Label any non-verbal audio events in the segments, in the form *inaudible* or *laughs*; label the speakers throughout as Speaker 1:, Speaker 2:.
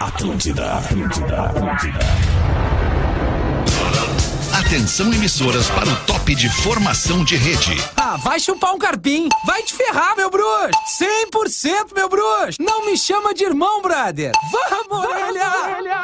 Speaker 1: Atlântida, Atlântida, Atlântida.
Speaker 2: Atenção emissoras para o top de formação de rede.
Speaker 3: Ah, vai chupar um carpim. Vai te ferrar, meu bruxo. 100% meu bruxo. Não me chama de irmão, brother. Vamos, orelha.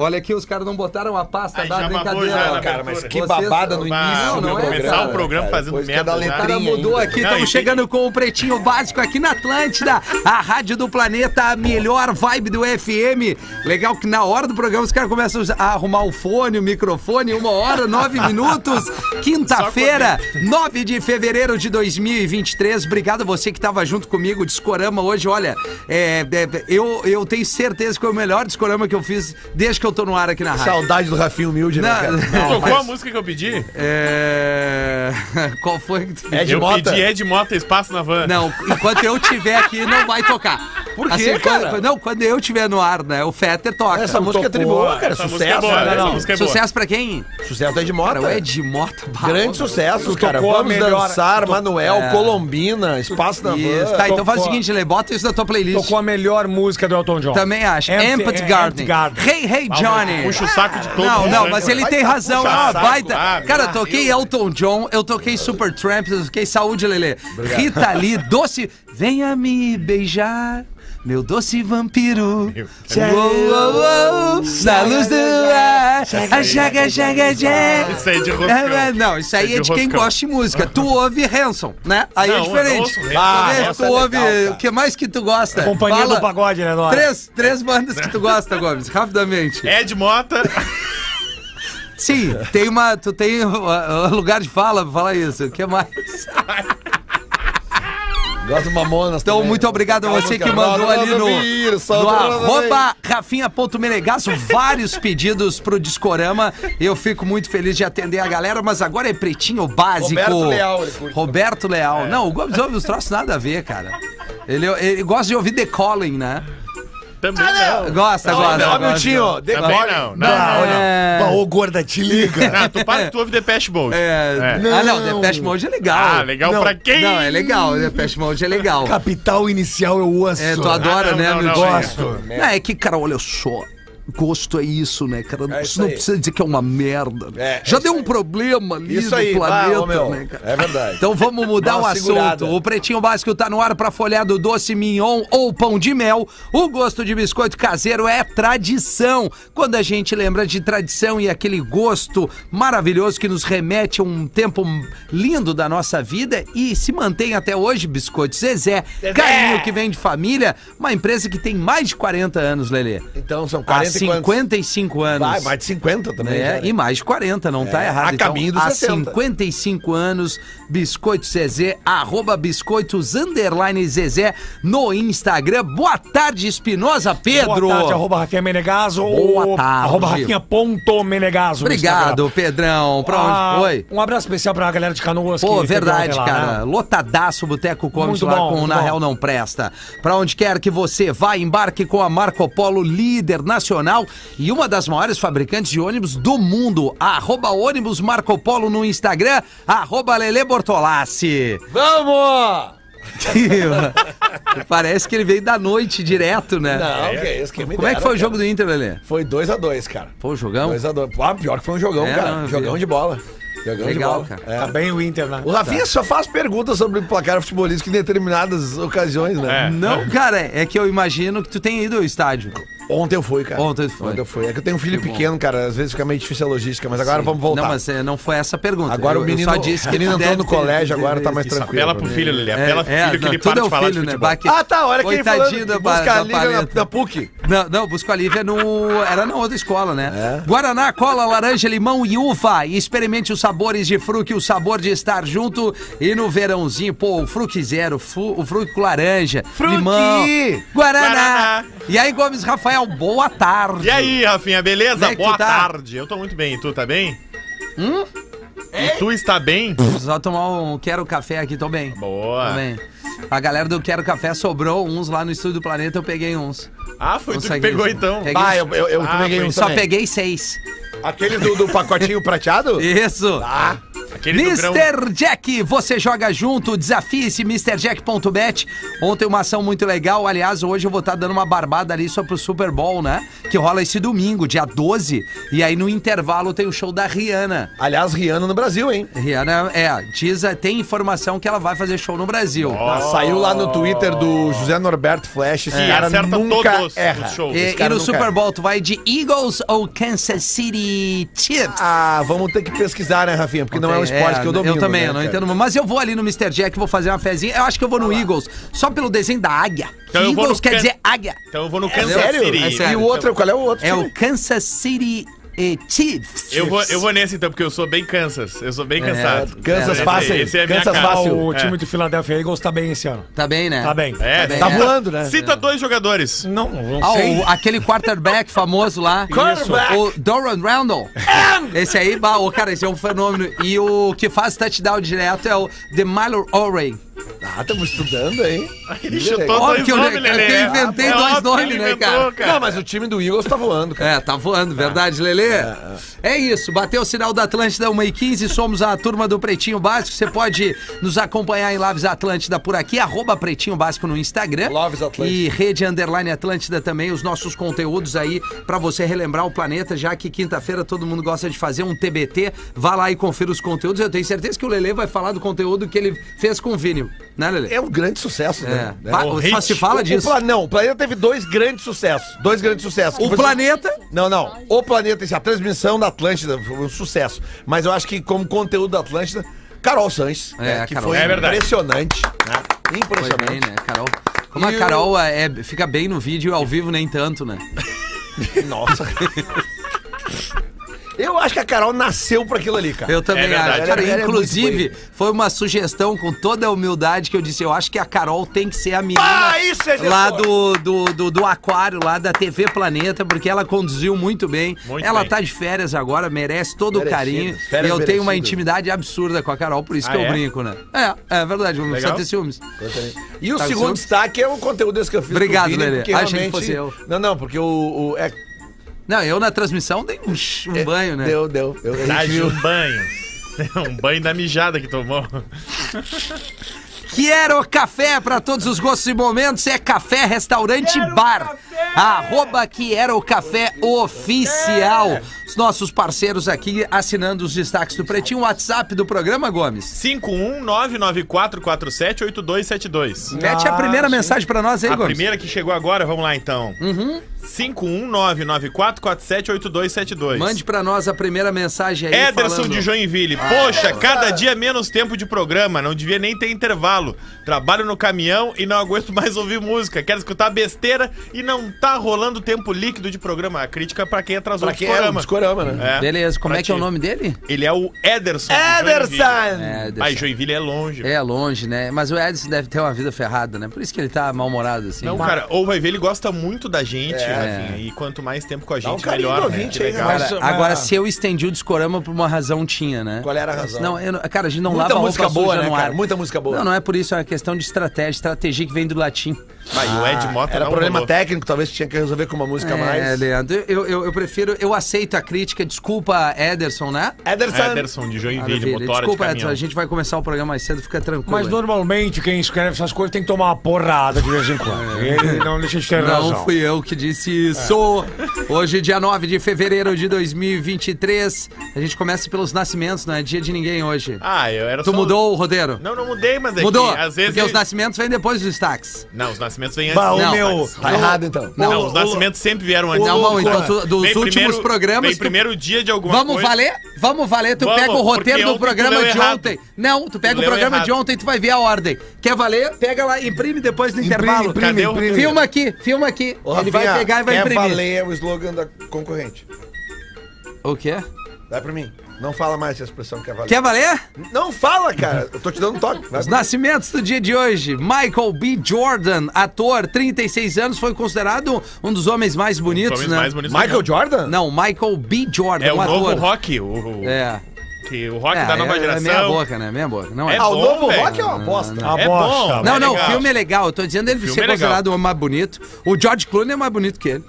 Speaker 4: Olha aqui, os caras não botaram a pasta
Speaker 5: Aí
Speaker 4: da
Speaker 5: já babou
Speaker 4: brincadeira.
Speaker 5: já na
Speaker 4: cara.
Speaker 6: Cara, mas
Speaker 5: abertura.
Speaker 6: que
Speaker 4: Vocês-
Speaker 6: babada no
Speaker 4: Bah,
Speaker 6: início,
Speaker 4: não,
Speaker 6: meu,
Speaker 4: não é
Speaker 5: Ah, começar
Speaker 4: cara,
Speaker 5: o programa
Speaker 6: cara.
Speaker 5: fazendo
Speaker 6: Depois que
Speaker 5: merda.
Speaker 6: é da
Speaker 5: já.
Speaker 4: O cara
Speaker 6: Letrinha
Speaker 4: mudou
Speaker 6: ainda.
Speaker 4: aqui,
Speaker 5: Não, e
Speaker 4: estamos
Speaker 5: tem-
Speaker 4: chegando com o Pretinho Básico aqui na Atlântida, a rádio do planeta, a melhor vibe do FM. Legal que na hora do programa os caras começam a arrumar o fone, o microfone, uma hora,
Speaker 6: *laughs*
Speaker 4: nove minutos, quinta-feira, 9 de fevereiro de 2023. Obrigado a você que estava junto comigo, Discorama, hoje, olha, é, é, eu, eu tenho certeza que foi o melhor Discorama que eu fiz desde que eu tô no ar aqui na rádio.
Speaker 6: Saudade do Rafinho Humilde, né, cara?
Speaker 4: Na-
Speaker 5: Tocou
Speaker 4: mas-
Speaker 5: a música que eu pedi?
Speaker 4: É, *laughs* Qual foi que tu pediu?
Speaker 6: Ed
Speaker 5: eu
Speaker 6: Mota.
Speaker 5: pedi Ed Mota Espaço na Van.
Speaker 4: É Não, enquanto eu tiver aqui, não vai tocar. Assim,
Speaker 6: Por quê,
Speaker 4: quando-
Speaker 6: cara?
Speaker 4: não, quando eu tiver no ar, né? O Fetter toca.
Speaker 6: Essa música é triboa, cara.
Speaker 5: essa
Speaker 6: Sucesso,
Speaker 5: música é boa,
Speaker 6: cara.
Speaker 5: essa
Speaker 6: Não,
Speaker 5: música é boa.
Speaker 4: Sucesso pra quem?
Speaker 6: Sucesso do Ed Mota.
Speaker 4: Cara, o Ed Mota. bah,
Speaker 6: Grande
Speaker 4: mano.
Speaker 6: sucesso, cara.
Speaker 7: Tocou a
Speaker 6: Vamos
Speaker 7: melhor-
Speaker 6: dançar, Manuel,
Speaker 4: É.
Speaker 6: Colombina, Espaço da
Speaker 4: Isso.
Speaker 6: Van.
Speaker 4: Tá, então faz o
Speaker 7: Tocou.
Speaker 4: seguinte, Lê, bota isso na tua playlist.
Speaker 7: Tocou a melhor música do Elton John.
Speaker 4: Também acho.
Speaker 7: Empty-
Speaker 4: Empty
Speaker 7: é,
Speaker 4: Garden.
Speaker 7: Empty Garden.
Speaker 4: Hey, hey, Johnny.
Speaker 5: Puxa o saco de todo
Speaker 4: Não,
Speaker 5: mundo,
Speaker 4: não,
Speaker 5: né?
Speaker 4: mas ele
Speaker 6: Vai
Speaker 4: tem
Speaker 6: tá
Speaker 4: razão.
Speaker 6: puxa
Speaker 4: Ah,
Speaker 6: saco,
Speaker 4: baita.
Speaker 5: ah,
Speaker 4: Cara, eu
Speaker 5: meu
Speaker 4: toquei Elton John, eu toquei Super Tramp, eu toquei Saúde, Lelê. Rita Lee, doce. Venha me beijar. Meu doce vampiro, Uou, uou, uou, na luz do ar, a jaga, jaga, jaga.
Speaker 5: Isso aí é de roscão.
Speaker 4: Ah, Não, isso aí
Speaker 5: Isso é
Speaker 4: é
Speaker 5: de
Speaker 4: de quem
Speaker 5: roscão.
Speaker 4: gosta de música.
Speaker 5: *laughs*
Speaker 4: Tu ouve Hanson, né? Aí é
Speaker 5: Não, eu
Speaker 4: diferente.
Speaker 5: ouço Hanson.
Speaker 6: Ah,
Speaker 4: Talvez
Speaker 6: essa
Speaker 4: tu
Speaker 6: é legal,
Speaker 4: ouve
Speaker 6: cara.
Speaker 4: o que mais que tu gosta.
Speaker 7: Companhia
Speaker 4: Fala.
Speaker 7: do pagode, né, Nora?
Speaker 4: Três, três bandas que tu gosta, Gomes, rapidamente.
Speaker 5: Ed É Mota.
Speaker 4: Sim, tem uma. Tu tem uh, uh, lugar de fala pra falar isso. O que mais?
Speaker 6: Gosto do Mamonas
Speaker 4: Então,
Speaker 6: também.
Speaker 4: muito obrigado a você que mandou ali no, no arroba rafinha.menegasso vários pedidos pro Discorama. Eu fico muito feliz de atender a galera, mas agora é pretinho básico.
Speaker 6: Roberto Leal, ele curte.
Speaker 4: Roberto Leal. Não, o Gomes ouve os troços nada a ver, cara. Ele, ele gosta de ouvir The Calling, né?
Speaker 5: Também
Speaker 4: Ah,
Speaker 5: não.
Speaker 4: Gosta, gosta.
Speaker 6: Ó,
Speaker 4: gosta.
Speaker 6: Miltinho, de-
Speaker 5: Também não. Não, não, não.
Speaker 4: É...
Speaker 6: Ô, gorda,
Speaker 4: *laughs*
Speaker 6: te liga.
Speaker 5: Não, tu para que tu ouve The Pest Mode.
Speaker 4: É...
Speaker 6: É.
Speaker 4: Ah, não, Depeche Mode é legal.
Speaker 5: Ah, legal pra quem?
Speaker 4: Não, é legal, Depeche Mode é legal.
Speaker 6: Capital inicial eu ouço.
Speaker 4: É, tu adora,
Speaker 5: Ah, não,
Speaker 4: né,
Speaker 5: não,
Speaker 4: meu
Speaker 5: não,
Speaker 4: gosto. Não, é que, cara, olha só. Gosto é isso, né, cara? Não,
Speaker 6: É
Speaker 4: precisa-
Speaker 6: isso
Speaker 4: não
Speaker 6: aí.
Speaker 4: precisa dizer que é uma merda. né?
Speaker 6: É, é
Speaker 4: Já
Speaker 6: isso
Speaker 4: deu um
Speaker 6: aí.
Speaker 4: problema ali
Speaker 6: Isso
Speaker 4: do
Speaker 6: aí,
Speaker 4: planeta,
Speaker 6: bah, ô, meu,
Speaker 4: né, cara?
Speaker 6: é verdade.
Speaker 4: Então vamos mudar
Speaker 6: Dá
Speaker 4: o
Speaker 6: uma
Speaker 4: assunto.
Speaker 6: segurada.
Speaker 4: O Pretinho Básico tá no ar pra folhar do doce mignon ou pão de mel. O gosto de biscoito caseiro é tradição. Quando a gente lembra de tradição e aquele gosto maravilhoso que nos remete a um tempo lindo da nossa vida e se mantém até hoje, Biscoito Zezé. Carinho que vem de família, uma empresa que tem mais de 40 anos, Lelê.
Speaker 6: Então são
Speaker 4: Há
Speaker 6: 40 e quantos?
Speaker 4: 55 anos.
Speaker 6: Vai, mais de 50
Speaker 4: É,
Speaker 6: também. já, né?
Speaker 4: e mais de 40, não tá errado.
Speaker 6: a caminho dos
Speaker 4: há
Speaker 6: 60.
Speaker 4: 55 anos, Biscoito Zezé, arroba biscoitos, underline Zezé, no Instagram. Boa tarde, Espinosa Pedro.
Speaker 7: Boa tarde, arroba Rafinha Menegaso.
Speaker 4: Boa
Speaker 7: ou
Speaker 4: tarde.
Speaker 7: Arroba Rafinha ponto Menegaso. no
Speaker 4: Obrigado,
Speaker 7: Instagram.
Speaker 4: Pedrão. Pra onde
Speaker 7: Ah,
Speaker 4: foi?
Speaker 7: Um abraço especial pra galera de Canoas.
Speaker 4: Pô,
Speaker 7: que
Speaker 4: verdade,
Speaker 7: teve ontem lá,
Speaker 4: cara.
Speaker 7: né?
Speaker 4: Lotadaço o Boteco Comes
Speaker 7: Muito
Speaker 4: lá
Speaker 7: bom,
Speaker 4: com o
Speaker 7: muito
Speaker 4: Na
Speaker 7: bom.
Speaker 4: Real Não Presta. Pra onde quer que você vá, embarque com a Marco Polo, líder nacional e uma das maiores fabricantes de ônibus do mundo. Arroba ônibus Marco Polo no Instagram, arroba Lele
Speaker 7: *laughs*
Speaker 4: Bortolassi.
Speaker 6: Vamos!
Speaker 4: Parece que ele veio da noite direto, né?
Speaker 6: Não, que é isso que me
Speaker 4: Como é que
Speaker 6: deram,
Speaker 4: foi o
Speaker 6: cara.
Speaker 4: jogo do Inter, Lelê?
Speaker 6: Foi 2x2, cara.
Speaker 4: Pô, jogão?
Speaker 6: 2x2. Ah, pior que foi um jogão,
Speaker 4: É,
Speaker 6: cara.
Speaker 4: não, eu
Speaker 6: jogão
Speaker 4: vi.
Speaker 6: de bola. Jogão de
Speaker 4: Legal,
Speaker 6: bola.
Speaker 4: cara.
Speaker 6: É.
Speaker 7: Tá bem o Inter, né?
Speaker 6: O Rafinha só faz perguntas sobre o placar futebolístico em determinadas ocasiões, né?
Speaker 5: É.
Speaker 4: Não, cara, é que eu imagino que tu tenha ido ao estádio.
Speaker 6: Ontem eu fui, cara.
Speaker 4: Ontem tu foi.
Speaker 6: eu fui. É que eu tenho um filho
Speaker 4: Que bom.
Speaker 6: pequeno, cara. Às vezes fica meio difícil a logística, mas agora vamos voltar.
Speaker 4: Não, mas eh, não foi essa a pergunta.
Speaker 6: Agora
Speaker 4: Eu-
Speaker 6: o
Speaker 4: eu
Speaker 6: menino,
Speaker 4: só disse que
Speaker 6: o menino
Speaker 4: tu
Speaker 6: entrou
Speaker 4: deve
Speaker 6: no
Speaker 4: ter-
Speaker 6: colégio, agora tá mais
Speaker 4: Isso,
Speaker 6: tranquilo.
Speaker 5: Apela pro
Speaker 6: né?
Speaker 5: filho, Lele. Apela pro filho que ele
Speaker 4: tudo
Speaker 5: para
Speaker 4: é
Speaker 5: de
Speaker 4: o
Speaker 5: falar
Speaker 4: filho,
Speaker 5: de
Speaker 4: né?
Speaker 5: futebol.
Speaker 4: Bah, que-
Speaker 6: Ah, tá. Olha quem falando
Speaker 4: Coitadinho
Speaker 6: que
Speaker 4: da
Speaker 6: busca
Speaker 4: ba-
Speaker 6: a
Speaker 4: da
Speaker 6: liga na,
Speaker 4: paleta.
Speaker 6: na PUC.
Speaker 4: Não, não, Busco a Lívia no. Era na outra escola,
Speaker 6: É.
Speaker 4: né? Guaraná, cola, laranja, limão e uva. E experimente os sabores de fruque, o sabor de estar junto. E no verãozinho, pô, o fruque zero, fu- o fruque com laranja, limão, Guaraná.
Speaker 5: Guaraná.
Speaker 4: E aí, Gomes Rafael, boa tarde.
Speaker 5: E aí, Rafinha, beleza?
Speaker 4: Como é que
Speaker 5: Boa
Speaker 4: tu tá?
Speaker 5: tarde. Eu tô muito bem. E tu tá bem? E tu está bem?
Speaker 4: Só tomar um Quero Café aqui, tô bem.
Speaker 5: Boa.
Speaker 4: Tô Tá bem. A galera do Quero Café sobrou uns lá no Estúdio do Planeta, eu peguei uns.
Speaker 5: Ah, foi tu que
Speaker 4: Consegue
Speaker 5: pegou
Speaker 4: isso.
Speaker 5: então.
Speaker 4: Peguei
Speaker 6: Ah,
Speaker 4: uns-
Speaker 6: eu, eu, eu
Speaker 5: Ah,
Speaker 6: peguei
Speaker 5: foi
Speaker 6: um
Speaker 4: Só
Speaker 6: também.
Speaker 4: peguei seis. *laughs*
Speaker 6: Aquele do, do pacotinho prateado?
Speaker 4: Isso.
Speaker 6: Ah,
Speaker 5: Aquele do grão.
Speaker 4: Mr. Jack, você joga junto, desafie-se, MrJack.bet. Ontem uma ação muito legal, aliás, hoje eu vou estar dando uma barbada ali só pro Super Bowl, né? Que rola esse domingo, dia 12, e aí no intervalo tem o show da Rihanna.
Speaker 6: Aliás, Rihanna no Brasil, hein?
Speaker 4: Rihanna, é, diz, tem informação que ela vai fazer show no Brasil.
Speaker 6: Ah, Saiu lá no Twitter do José Norberto Flash. Esse
Speaker 5: É,
Speaker 6: cara
Speaker 5: acerta
Speaker 6: nunca
Speaker 5: todos os
Speaker 6: erra.
Speaker 5: shows.
Speaker 6: Esse
Speaker 4: E, e no
Speaker 6: cara nunca
Speaker 4: Super
Speaker 6: erra.
Speaker 4: Bowl, tu vai de Eagles ou Kansas City Chiefs?
Speaker 6: Ah, vamos ter que pesquisar, né, Rafinha? Porque não, é um esporte que eu domino.
Speaker 4: Eu também,
Speaker 6: né,
Speaker 4: eu não
Speaker 6: cara?
Speaker 4: entendo muito. Mas eu vou ali no Mr. Jack, vou fazer uma fezinha. Eu acho que eu vou no Eagles, só pelo desenho da águia.
Speaker 5: Então eu vou
Speaker 4: Eagles
Speaker 5: no
Speaker 4: quer
Speaker 5: Can-
Speaker 4: dizer águia.
Speaker 5: Então eu vou no Kansas
Speaker 4: sério?
Speaker 5: City.
Speaker 4: É sério.
Speaker 6: E o outro, qual é o outro?
Speaker 4: É
Speaker 6: time?
Speaker 4: o Kansas City eh, Chiefs.
Speaker 5: Eu vou, eu vou nesse então, porque eu sou bem Kansas. Eu sou bem cansado.
Speaker 6: É, Kansas
Speaker 5: Esse-
Speaker 6: fácil.
Speaker 5: esse é a minha
Speaker 6: Kansas
Speaker 5: cara.
Speaker 7: Ah,
Speaker 6: fácil.
Speaker 5: Fácil,
Speaker 7: o time
Speaker 5: é.
Speaker 7: do Philadelphia Eagles tá bem esse ano.
Speaker 4: Tá bem, né?
Speaker 7: Tá bem.
Speaker 5: É,
Speaker 4: Tá bem,
Speaker 6: Tá
Speaker 4: é.
Speaker 6: voando, né?
Speaker 5: Cita dois jogadores.
Speaker 7: Não, não
Speaker 4: Ah,
Speaker 7: sei.
Speaker 4: o- aquele
Speaker 5: *laughs*
Speaker 4: quarterback famoso lá.
Speaker 7: Quarterback.
Speaker 4: O Doran Randall. Esse aí, bah, ô, cara, esse é um fenômeno. E o que faz touchdown direto é o DeMilo O'Reilly.
Speaker 6: Ah, estamos estudando, hein?
Speaker 5: *laughs* Ele chutou
Speaker 4: Óbvio que eu-
Speaker 5: dois nomes,
Speaker 4: é que eu
Speaker 5: Lelê.
Speaker 4: inventei
Speaker 5: É
Speaker 4: dois
Speaker 5: óbvio que
Speaker 4: nomes,
Speaker 5: ele
Speaker 4: né,
Speaker 5: inventou,
Speaker 4: cara?
Speaker 6: Não, mas o time do Eagles tá voando, cara.
Speaker 4: É, tá voando, verdade, Lelê? É isso, bateu o sinal da Atlântida 1h15, somos a turma do Pretinho Básico. Você pode nos acompanhar em Lives Atlântida por aqui, arroba Pretinho Básico no Instagram.
Speaker 6: Loves Atlântida.
Speaker 4: E Rede Underline Atlântida também, os nossos conteúdos aí pra você relembrar o planeta, já que quinta-feira todo mundo gosta de fazer um TBT. Vá lá e confira os conteúdos. Eu tenho certeza que o Lelê vai falar do conteúdo que ele fez com o Vini, né, Lelê?
Speaker 6: É um grande sucesso,
Speaker 4: É.
Speaker 6: né? né?
Speaker 4: Bah,
Speaker 5: o
Speaker 4: só
Speaker 5: hit.
Speaker 4: se fala
Speaker 6: O-
Speaker 4: disso.
Speaker 6: O pla- Não, o planeta teve dois grandes sucessos. Dois grandes sucessos. Tipo assim,
Speaker 4: O
Speaker 6: Foi-
Speaker 4: planeta.
Speaker 6: Não, não. O planeta, assim, a transmissão da Atlântida foi um sucesso. Mas eu acho que, como conteúdo da Atlântida, Carol Sanches,
Speaker 4: É,
Speaker 6: né, que
Speaker 4: Carol.
Speaker 6: foi
Speaker 5: É verdade.
Speaker 6: impressionante. né?
Speaker 4: Foi
Speaker 6: Impressionante.
Speaker 4: bem, né, Carol? Como
Speaker 6: E
Speaker 4: a
Speaker 6: o-
Speaker 4: Carol é, fica bem no vídeo, ao vivo nem tanto,
Speaker 6: *laughs*
Speaker 4: né? *laughs*
Speaker 6: Nossa. eu acho que a Carol nasceu pra aquilo ali, cara.
Speaker 4: Eu também
Speaker 5: verdade.
Speaker 4: acho. Cara,
Speaker 6: Ela é- ela é
Speaker 4: inclusive,
Speaker 6: muito
Speaker 4: foi uma sugestão com toda a humildade que eu disse, eu acho que a Carol tem que ser a menina
Speaker 6: Ah, isso é gestor.
Speaker 4: lá do, do, do, do aquário, lá da TV Planeta, porque ela conduziu muito bem.
Speaker 5: Muito
Speaker 4: ela
Speaker 5: bem.
Speaker 4: tá de férias agora, merece todo o
Speaker 6: Merecidas.
Speaker 4: carinho. e
Speaker 6: Férias
Speaker 4: eu tenho uma
Speaker 6: merecidas.
Speaker 4: intimidade absurda com a Carol, por isso
Speaker 5: Ah,
Speaker 4: que eu
Speaker 5: é?
Speaker 4: brinco, né? É, é verdade, não precisa
Speaker 5: Legal.
Speaker 4: ter ciúmes.
Speaker 6: E o
Speaker 4: Tá
Speaker 6: segundo
Speaker 4: com
Speaker 6: destaque é o conteúdo desse que eu fiz.
Speaker 4: Obrigado,
Speaker 6: com o Vini,
Speaker 4: Lelê. Ah,
Speaker 6: porque
Speaker 4: Achei que
Speaker 6: realmente-
Speaker 4: fosse eu.
Speaker 6: Não, não, porque o. o- é-
Speaker 4: Não, eu na transmissão dei um, um banho, né?
Speaker 6: Deu, deu. Eu, eu
Speaker 5: Dá
Speaker 6: vi
Speaker 5: de
Speaker 6: o-
Speaker 5: um banho. *laughs* Um banho da mijada que tomou.
Speaker 4: Quero café para todos os gostos e momentos. É café, restaurante, bar. Arroba Quero Café Oficial. Os nossos parceiros aqui assinando os destaques do Pretinho. WhatsApp do programa, Gomes.
Speaker 5: 51994478272.
Speaker 4: Mete a primeira mensagem para nós aí,
Speaker 5: Ah, A
Speaker 4: Gomes.
Speaker 5: primeira que chegou agora, vamos lá então. Uhum. 51994478272.
Speaker 4: Mande para nós a primeira mensagem aí.
Speaker 5: Ederson
Speaker 4: falando.
Speaker 5: de Joinville. Poxa, cada dia menos tempo de programa. Não devia nem ter intervalo. Trabalho no caminhão e não aguento mais ouvir música. Quero escutar besteira e não tá rolando tempo líquido de programa. A crítica pra quem atrasou
Speaker 6: Pra
Speaker 5: o
Speaker 6: quem é o
Speaker 5: programa.
Speaker 6: Discorama, né?
Speaker 4: Beleza, como
Speaker 5: pra
Speaker 4: é que é o
Speaker 5: ti.
Speaker 4: nome dele?
Speaker 5: Ele é o Ederson. de Joinville.
Speaker 6: Ederson!
Speaker 4: É, Ederson.
Speaker 5: Ai, Joinville é longe.
Speaker 4: É longe, né? Mas o Edson deve ter uma vida ferrada, né? Por isso que ele tá mal-humorado assim.
Speaker 5: Não, cara, ou vai ver, ele gosta muito da gente, Rafinha, E quanto mais tempo com a
Speaker 6: Dá um
Speaker 5: gente,
Speaker 6: carinho
Speaker 5: melhor.
Speaker 6: no
Speaker 5: Né?
Speaker 6: ouvinte
Speaker 5: Que
Speaker 6: aí,
Speaker 5: legal.
Speaker 4: Cara,
Speaker 6: Mas-
Speaker 4: agora,
Speaker 6: mas-
Speaker 4: se eu estendi o discorama por uma razão, tinha, né?
Speaker 6: é Qual era a razão?
Speaker 4: Não, eu não- cara, a gente não
Speaker 6: Muita
Speaker 4: lava
Speaker 6: música
Speaker 4: roupa
Speaker 6: boa,
Speaker 4: suja
Speaker 6: né,
Speaker 4: no
Speaker 6: cara?
Speaker 4: ar.
Speaker 6: Muita música boa.
Speaker 4: Não, não é por isso, é uma questão de estratégia. Estratégia que vem do latim.
Speaker 5: Mas o Ed Mota
Speaker 6: Era
Speaker 5: não
Speaker 6: problema
Speaker 5: rolou.
Speaker 6: técnico, talvez tinha que resolver com uma música
Speaker 4: É,
Speaker 6: mais.
Speaker 4: Leandro, eu, eu, eu prefiro, eu aceito a crítica. Desculpa, Ederson, né?
Speaker 6: Ederson.
Speaker 5: Ederson de Joinville,
Speaker 4: Maravilha.
Speaker 5: motora
Speaker 4: Desculpa,
Speaker 5: de
Speaker 4: Ederson,
Speaker 5: caminhão.
Speaker 4: a gente vai começar o programa mais cedo, fica tranquilo.
Speaker 7: Mas normalmente quem escreve essas coisas tem que tomar uma porrada de vez em quando. Ele não deixa de ter razão.
Speaker 4: É. Não fui eu que disse isso.
Speaker 6: É.
Speaker 4: Hoje, dia 9 de fevereiro de 2023. A gente começa pelos nascimentos, não é dia de ninguém hoje.
Speaker 5: Ah, eu era
Speaker 4: tu
Speaker 5: só-
Speaker 4: mudou o roteiro?
Speaker 5: Não, não mudei, mas é
Speaker 4: Mudou,
Speaker 5: que às vezes...
Speaker 4: porque os
Speaker 5: eu-
Speaker 4: nascimentos vêm depois dos destaques.
Speaker 5: Não, os nascimentos vêm antes.
Speaker 7: Bah, o
Speaker 4: Não,
Speaker 7: meu.
Speaker 6: Tá errado, então.
Speaker 5: Não,
Speaker 4: Não,
Speaker 5: os nascimentos sempre vieram antes.
Speaker 4: Não, não,
Speaker 5: Loucura.
Speaker 4: então tu- dos
Speaker 5: Vem
Speaker 4: últimos programas
Speaker 5: Vem
Speaker 4: tu-
Speaker 5: primeiro dia de alguma
Speaker 4: Vamos
Speaker 5: coisa.
Speaker 4: valer? Vamos valer. Tu
Speaker 5: Vamos,
Speaker 4: pega o roteiro
Speaker 5: porque
Speaker 4: do
Speaker 5: ontem tu
Speaker 4: programa
Speaker 5: leu
Speaker 4: de
Speaker 5: errado.
Speaker 4: ontem. Não, tu pega
Speaker 5: Tu
Speaker 4: o
Speaker 5: leu
Speaker 4: programa de
Speaker 5: errado.
Speaker 4: ontem e tu vai ver a ordem. Quer valer? Pega lá, imprime depois no intervalo.
Speaker 6: imprime,
Speaker 5: Cadê o-
Speaker 6: imprime.
Speaker 4: Filma aqui, filma aqui.
Speaker 6: Ô,
Speaker 4: Ele vai
Speaker 6: Rafinha,
Speaker 4: pegar e vai
Speaker 6: quer
Speaker 4: imprimir.
Speaker 6: valer é o slogan da concorrente.
Speaker 4: O quê?
Speaker 6: Vai pra mim. Não fala mais essa expressão quer valer.
Speaker 4: Quer valer?
Speaker 6: Não fala, cara. Eu tô te dando um toque. Vai
Speaker 4: Os nascimentos do dia de hoje. Michael B. Jordan, ator, 36 anos, foi considerado um dos homens mais
Speaker 5: Os
Speaker 4: bonitos,
Speaker 5: homens
Speaker 4: né?
Speaker 5: mais bonitos do
Speaker 6: Michael
Speaker 5: mundo.
Speaker 6: Jordan?
Speaker 4: Não, Michael B. Jordan,
Speaker 5: É o
Speaker 4: um
Speaker 5: novo
Speaker 4: ator.
Speaker 5: rock. O, o-
Speaker 4: É.
Speaker 5: que, o rock
Speaker 4: É,
Speaker 5: da nova
Speaker 4: é, é
Speaker 5: geração.
Speaker 4: meia boca, né? Meia boca. Não é.
Speaker 5: É
Speaker 6: Ah, o
Speaker 5: bom,
Speaker 6: novo
Speaker 5: velho.
Speaker 6: rock é uma bosta.
Speaker 7: A
Speaker 5: É
Speaker 7: bosta.
Speaker 5: bom.
Speaker 4: Não,
Speaker 5: É
Speaker 4: não, o
Speaker 5: legal.
Speaker 4: filme é legal. Eu tô dizendo ele
Speaker 5: filme
Speaker 4: ser
Speaker 5: é legal.
Speaker 4: considerado o homem mais bonito. O George Clooney é mais bonito que ele.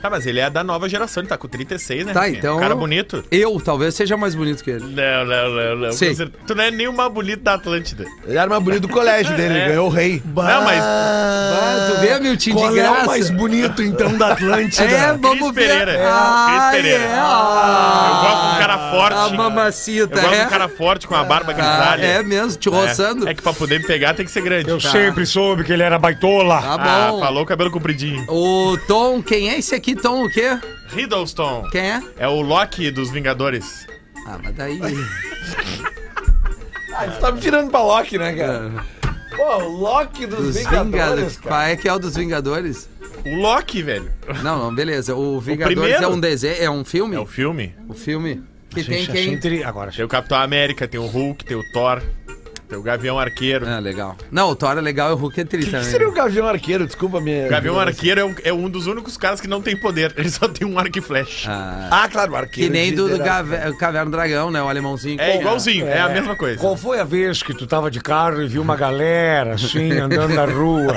Speaker 5: Tá, mas ele é da nova geração, ele tá com 36, né?
Speaker 4: Tá,
Speaker 5: Rafinha?
Speaker 4: então.
Speaker 5: Um cara bonito.
Speaker 4: Eu, talvez seja mais bonito que ele.
Speaker 5: Não, não, não, não.
Speaker 4: Sim.
Speaker 5: Com certeza. Tu não é nem o mais bonito da Atlântida.
Speaker 6: Ele era mais bonito do colégio dele, ele ganhou o rei.
Speaker 5: É. Não, mas-
Speaker 4: Ah, tu vê, Miltinho, de
Speaker 6: Qual é
Speaker 4: graça.
Speaker 6: o mais bonito, então,
Speaker 4: *laughs*
Speaker 6: da Atlântida?
Speaker 4: É, vamos
Speaker 5: Cris
Speaker 4: ver.
Speaker 5: Pereira.
Speaker 4: Ah,
Speaker 5: Cris Pereira.
Speaker 4: é. Ah,
Speaker 5: Eu gosto de um cara forte.
Speaker 4: A mamacita,
Speaker 5: Eu gosto de
Speaker 4: é.
Speaker 5: um cara forte com a barba
Speaker 4: Ah,
Speaker 5: grisalha.
Speaker 4: é Tá. mesmo, te roçando.
Speaker 5: É que pra poder me pegar tem que ser grande.
Speaker 7: Eu sempre soube que ele era baitola.
Speaker 4: Tá
Speaker 5: Ah,
Speaker 4: bom.
Speaker 5: falou cabelo compridinho.
Speaker 4: o Tom, quem é esse aqui? Tom o quê?
Speaker 5: Riddleston.
Speaker 4: Quem é?
Speaker 5: É o Loki dos Vingadores.
Speaker 4: Ah, mas daí...
Speaker 6: Você tá me tirando pra Loki, né, cara? Pô, o Loki dos,
Speaker 4: Dos
Speaker 6: Vingadores,
Speaker 4: Vingadores. Qual
Speaker 6: cara.
Speaker 4: é que é o dos Vingadores?
Speaker 5: O Loki, velho.
Speaker 4: Não, não, beleza. O Vingadores
Speaker 5: primeiro.
Speaker 4: é um desenho, é um filme?
Speaker 5: É o filme.
Speaker 4: O filme que tem
Speaker 7: Gente,
Speaker 4: quem...
Speaker 7: achei intri- Agora,
Speaker 5: Tem o Capitão América, tem o Hulk, tem o Thor, tem o Gavião Arqueiro.
Speaker 4: Ah, legal. Não, o Thor é legal e o Hulk é tri
Speaker 6: O que
Speaker 4: também.
Speaker 6: seria um o Gavião Arqueiro? Desculpa, minha.
Speaker 5: O Gavião Arqueiro é um, é um dos únicos caras que não tem poder. Ele só tem um arco e flecha.
Speaker 4: Ah,
Speaker 6: Ah, claro, o
Speaker 4: que
Speaker 6: arqueiro.
Speaker 4: nem
Speaker 6: de
Speaker 4: do, do
Speaker 6: liderar.
Speaker 4: Gave- Caverna do Dragão, né? O alemãozinho.
Speaker 5: É igualzinho, é, a mesma coisa.
Speaker 7: Qual foi a vez que tu tava de carro e viu uma galera
Speaker 5: *laughs*
Speaker 7: assim andando na rua?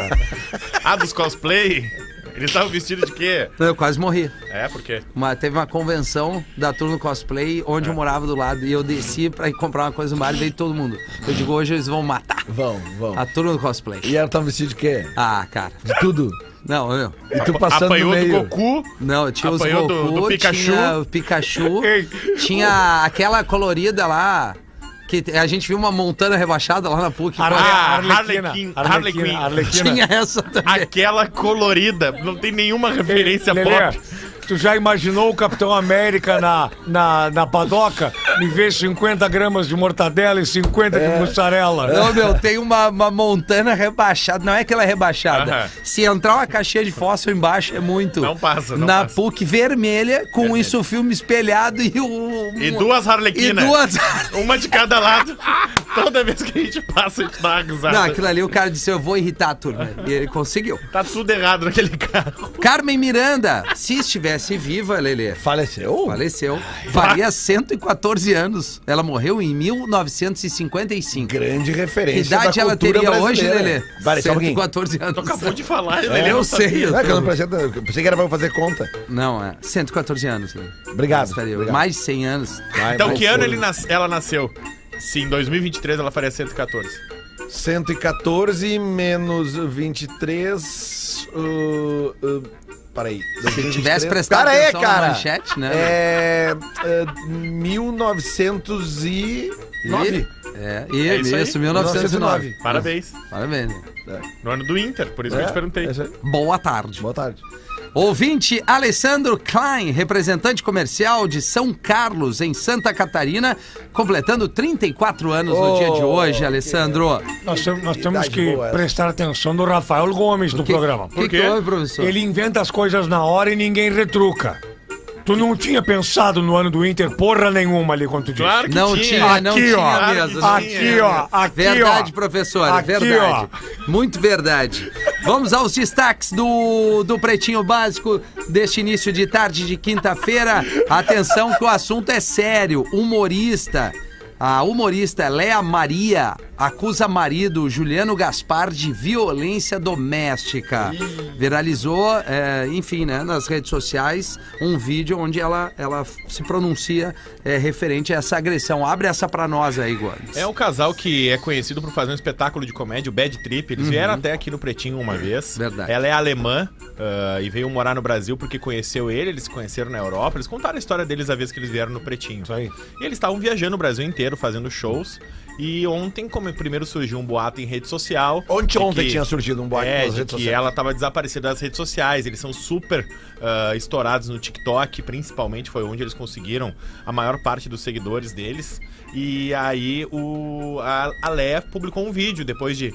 Speaker 5: Ah, dos cosplay? Eles estavam vestidos de quê?
Speaker 4: Eu quase morri.
Speaker 5: É, porque.
Speaker 4: Uma, teve uma convenção da turno cosplay onde eu morava do lado e eu desci pra ir comprar uma coisa no bar e veio todo mundo. Eu digo, hoje eles vão matar
Speaker 6: Vão, vão.
Speaker 4: a turno cosplay.
Speaker 6: E ela tava vestido de quê?
Speaker 4: Ah, cara.
Speaker 6: De tudo.
Speaker 4: Não, eu.
Speaker 6: E tu passando
Speaker 5: apanhou
Speaker 6: no meio.
Speaker 5: do Goku.
Speaker 4: Não, tinha os
Speaker 5: Apanhou
Speaker 4: Goku,
Speaker 5: do- do Pikachu.
Speaker 4: tinha o Pikachu, tinha aquela colorida lá, que t- a gente viu uma montana rebaixada lá na PUC.
Speaker 5: Ah, Harley Quinn,
Speaker 7: Arlequina,
Speaker 5: Harley Quinn.
Speaker 7: Arlequina, Arlequina.
Speaker 4: tinha essa também.
Speaker 5: Aquela colorida. Não tem nenhuma referência
Speaker 7: Lelê,
Speaker 5: pop.
Speaker 7: tu já imaginou o Capitão América na, na, na padoca me ver 50 gramas de mortadela e 50
Speaker 6: É.
Speaker 7: de mussarela?
Speaker 4: Não, meu, tem uma, uma montana rebaixada. Não é aquela rebaixada.
Speaker 5: Aham.
Speaker 4: Se entrar uma caixinha de fósforo embaixo, é muito.
Speaker 5: Não passa, não
Speaker 4: Na
Speaker 5: passa.
Speaker 4: PUC vermelha, com um isso filme espelhado e o.
Speaker 5: E duas né?
Speaker 4: E
Speaker 5: Harlequinas. *laughs*
Speaker 4: duas.
Speaker 5: Uma de cada lado. Toda vez que a gente passa, a gente dá uma risada.
Speaker 4: Não, aquilo ali o cara disse: Eu vou irritar a turma. E ele conseguiu.
Speaker 5: Tá tudo errado naquele carro.
Speaker 4: Carmen Miranda, se estivesse viva, Lelê,
Speaker 6: Faleceu?
Speaker 4: faleceu, faria 114 anos. Ela morreu em 1955.
Speaker 6: Grande
Speaker 4: Que
Speaker 6: referência.
Speaker 4: idade
Speaker 6: da
Speaker 4: ela
Speaker 6: cultura
Speaker 4: teria hoje,
Speaker 6: brasileira.
Speaker 4: Lelê?
Speaker 6: Vale, só um pouquinho.
Speaker 4: 114 anos.
Speaker 5: Então Acabou de falar, né? ele
Speaker 4: Eu
Speaker 5: não sabia.
Speaker 4: sei.
Speaker 6: Não, é que eu não
Speaker 4: tô-
Speaker 6: prestei atenção, eu pensei que era pra eu fazer conta.
Speaker 4: Não, é 114 anos, Lelê.
Speaker 6: Obrigado.
Speaker 4: Estaria
Speaker 6: Ah, obrigado.
Speaker 4: mais de 100 anos.
Speaker 6: Vai,
Speaker 5: Então,
Speaker 4: É,
Speaker 6: vai,
Speaker 5: que ano
Speaker 6: foi.
Speaker 5: ele nas- ela nasceu? Se em 2023 ela faria 114.
Speaker 6: 114 menos 23. Uh, uh, peraí.
Speaker 4: Se
Speaker 6: 2023.
Speaker 4: tivesse prestado
Speaker 6: Pera aí,
Speaker 4: atenção
Speaker 6: cara.
Speaker 4: na manchete, né?
Speaker 6: É. é 1909.
Speaker 4: É, e,
Speaker 5: É isso
Speaker 4: isso,
Speaker 5: aí.
Speaker 4: 1909.
Speaker 5: Parabéns.
Speaker 4: Parabéns.
Speaker 5: No ano do Inter, por isso que eu te perguntei.
Speaker 6: É isso aí.
Speaker 4: Boa tarde.
Speaker 6: Boa tarde.
Speaker 4: Ouvinte Alessandro Klein, representante comercial de São Carlos, em Santa Catarina, completando 34 anos no dia de hoje, Alessandro.
Speaker 7: Nós, tem- nós temos
Speaker 6: Idade
Speaker 7: que
Speaker 6: boa essa.
Speaker 7: prestar atenção no Rafael Gomes no programa.
Speaker 4: O que, que houve, professor?
Speaker 7: Ele inventa as coisas na hora e ninguém retruca. Tu não tinha pensado no ano do Inter porra nenhuma ali quando tu disse.
Speaker 5: Claro que
Speaker 4: Não tinha, não
Speaker 7: Aqui,
Speaker 4: tinha
Speaker 7: ó.
Speaker 4: mesmo. não
Speaker 5: Aqui,
Speaker 4: tinha.
Speaker 7: ó. Aqui,
Speaker 4: verdade,
Speaker 7: ó.
Speaker 4: professor, é
Speaker 7: Aqui,
Speaker 4: verdade. Muito verdade. Vamos aos destaques do, do Pretinho Básico deste início de tarde de quinta-feira. Atenção que o assunto é sério. Humorista. A humorista Léa Maria acusa marido Juliano Gaspar de violência doméstica. Viralizou, é, enfim, né, nas redes sociais, um vídeo onde ela, ela se pronuncia é, referente a essa agressão. Abre essa pra nós aí, Gomes.
Speaker 5: É um casal que é conhecido por fazer um espetáculo de comédia, o Bad Trip. Eles vieram até aqui no Pretinho uma vez.
Speaker 4: Verdade.
Speaker 5: Ela é alemã ah, e veio morar no Brasil porque conheceu ele, eles se conheceram na Europa. Eles contaram a história deles a vez que eles vieram no Pretinho.
Speaker 7: Isso aí.
Speaker 5: E eles estavam viajando o Brasil inteiro, fazendo shows. E ontem, como primeiro surgiu um boato em rede social.
Speaker 6: Ontem,
Speaker 5: de
Speaker 6: ontem
Speaker 5: que-
Speaker 6: tinha surgido um boato
Speaker 5: é,
Speaker 6: nas
Speaker 5: de
Speaker 6: redes
Speaker 5: que
Speaker 6: sociais.
Speaker 5: ela tava desaparecida das redes sociais. Eles são super ah, estourados no TikTok, principalmente foi onde eles conseguiram a maior parte dos seguidores deles. E aí o a, a Lé publicou um vídeo depois de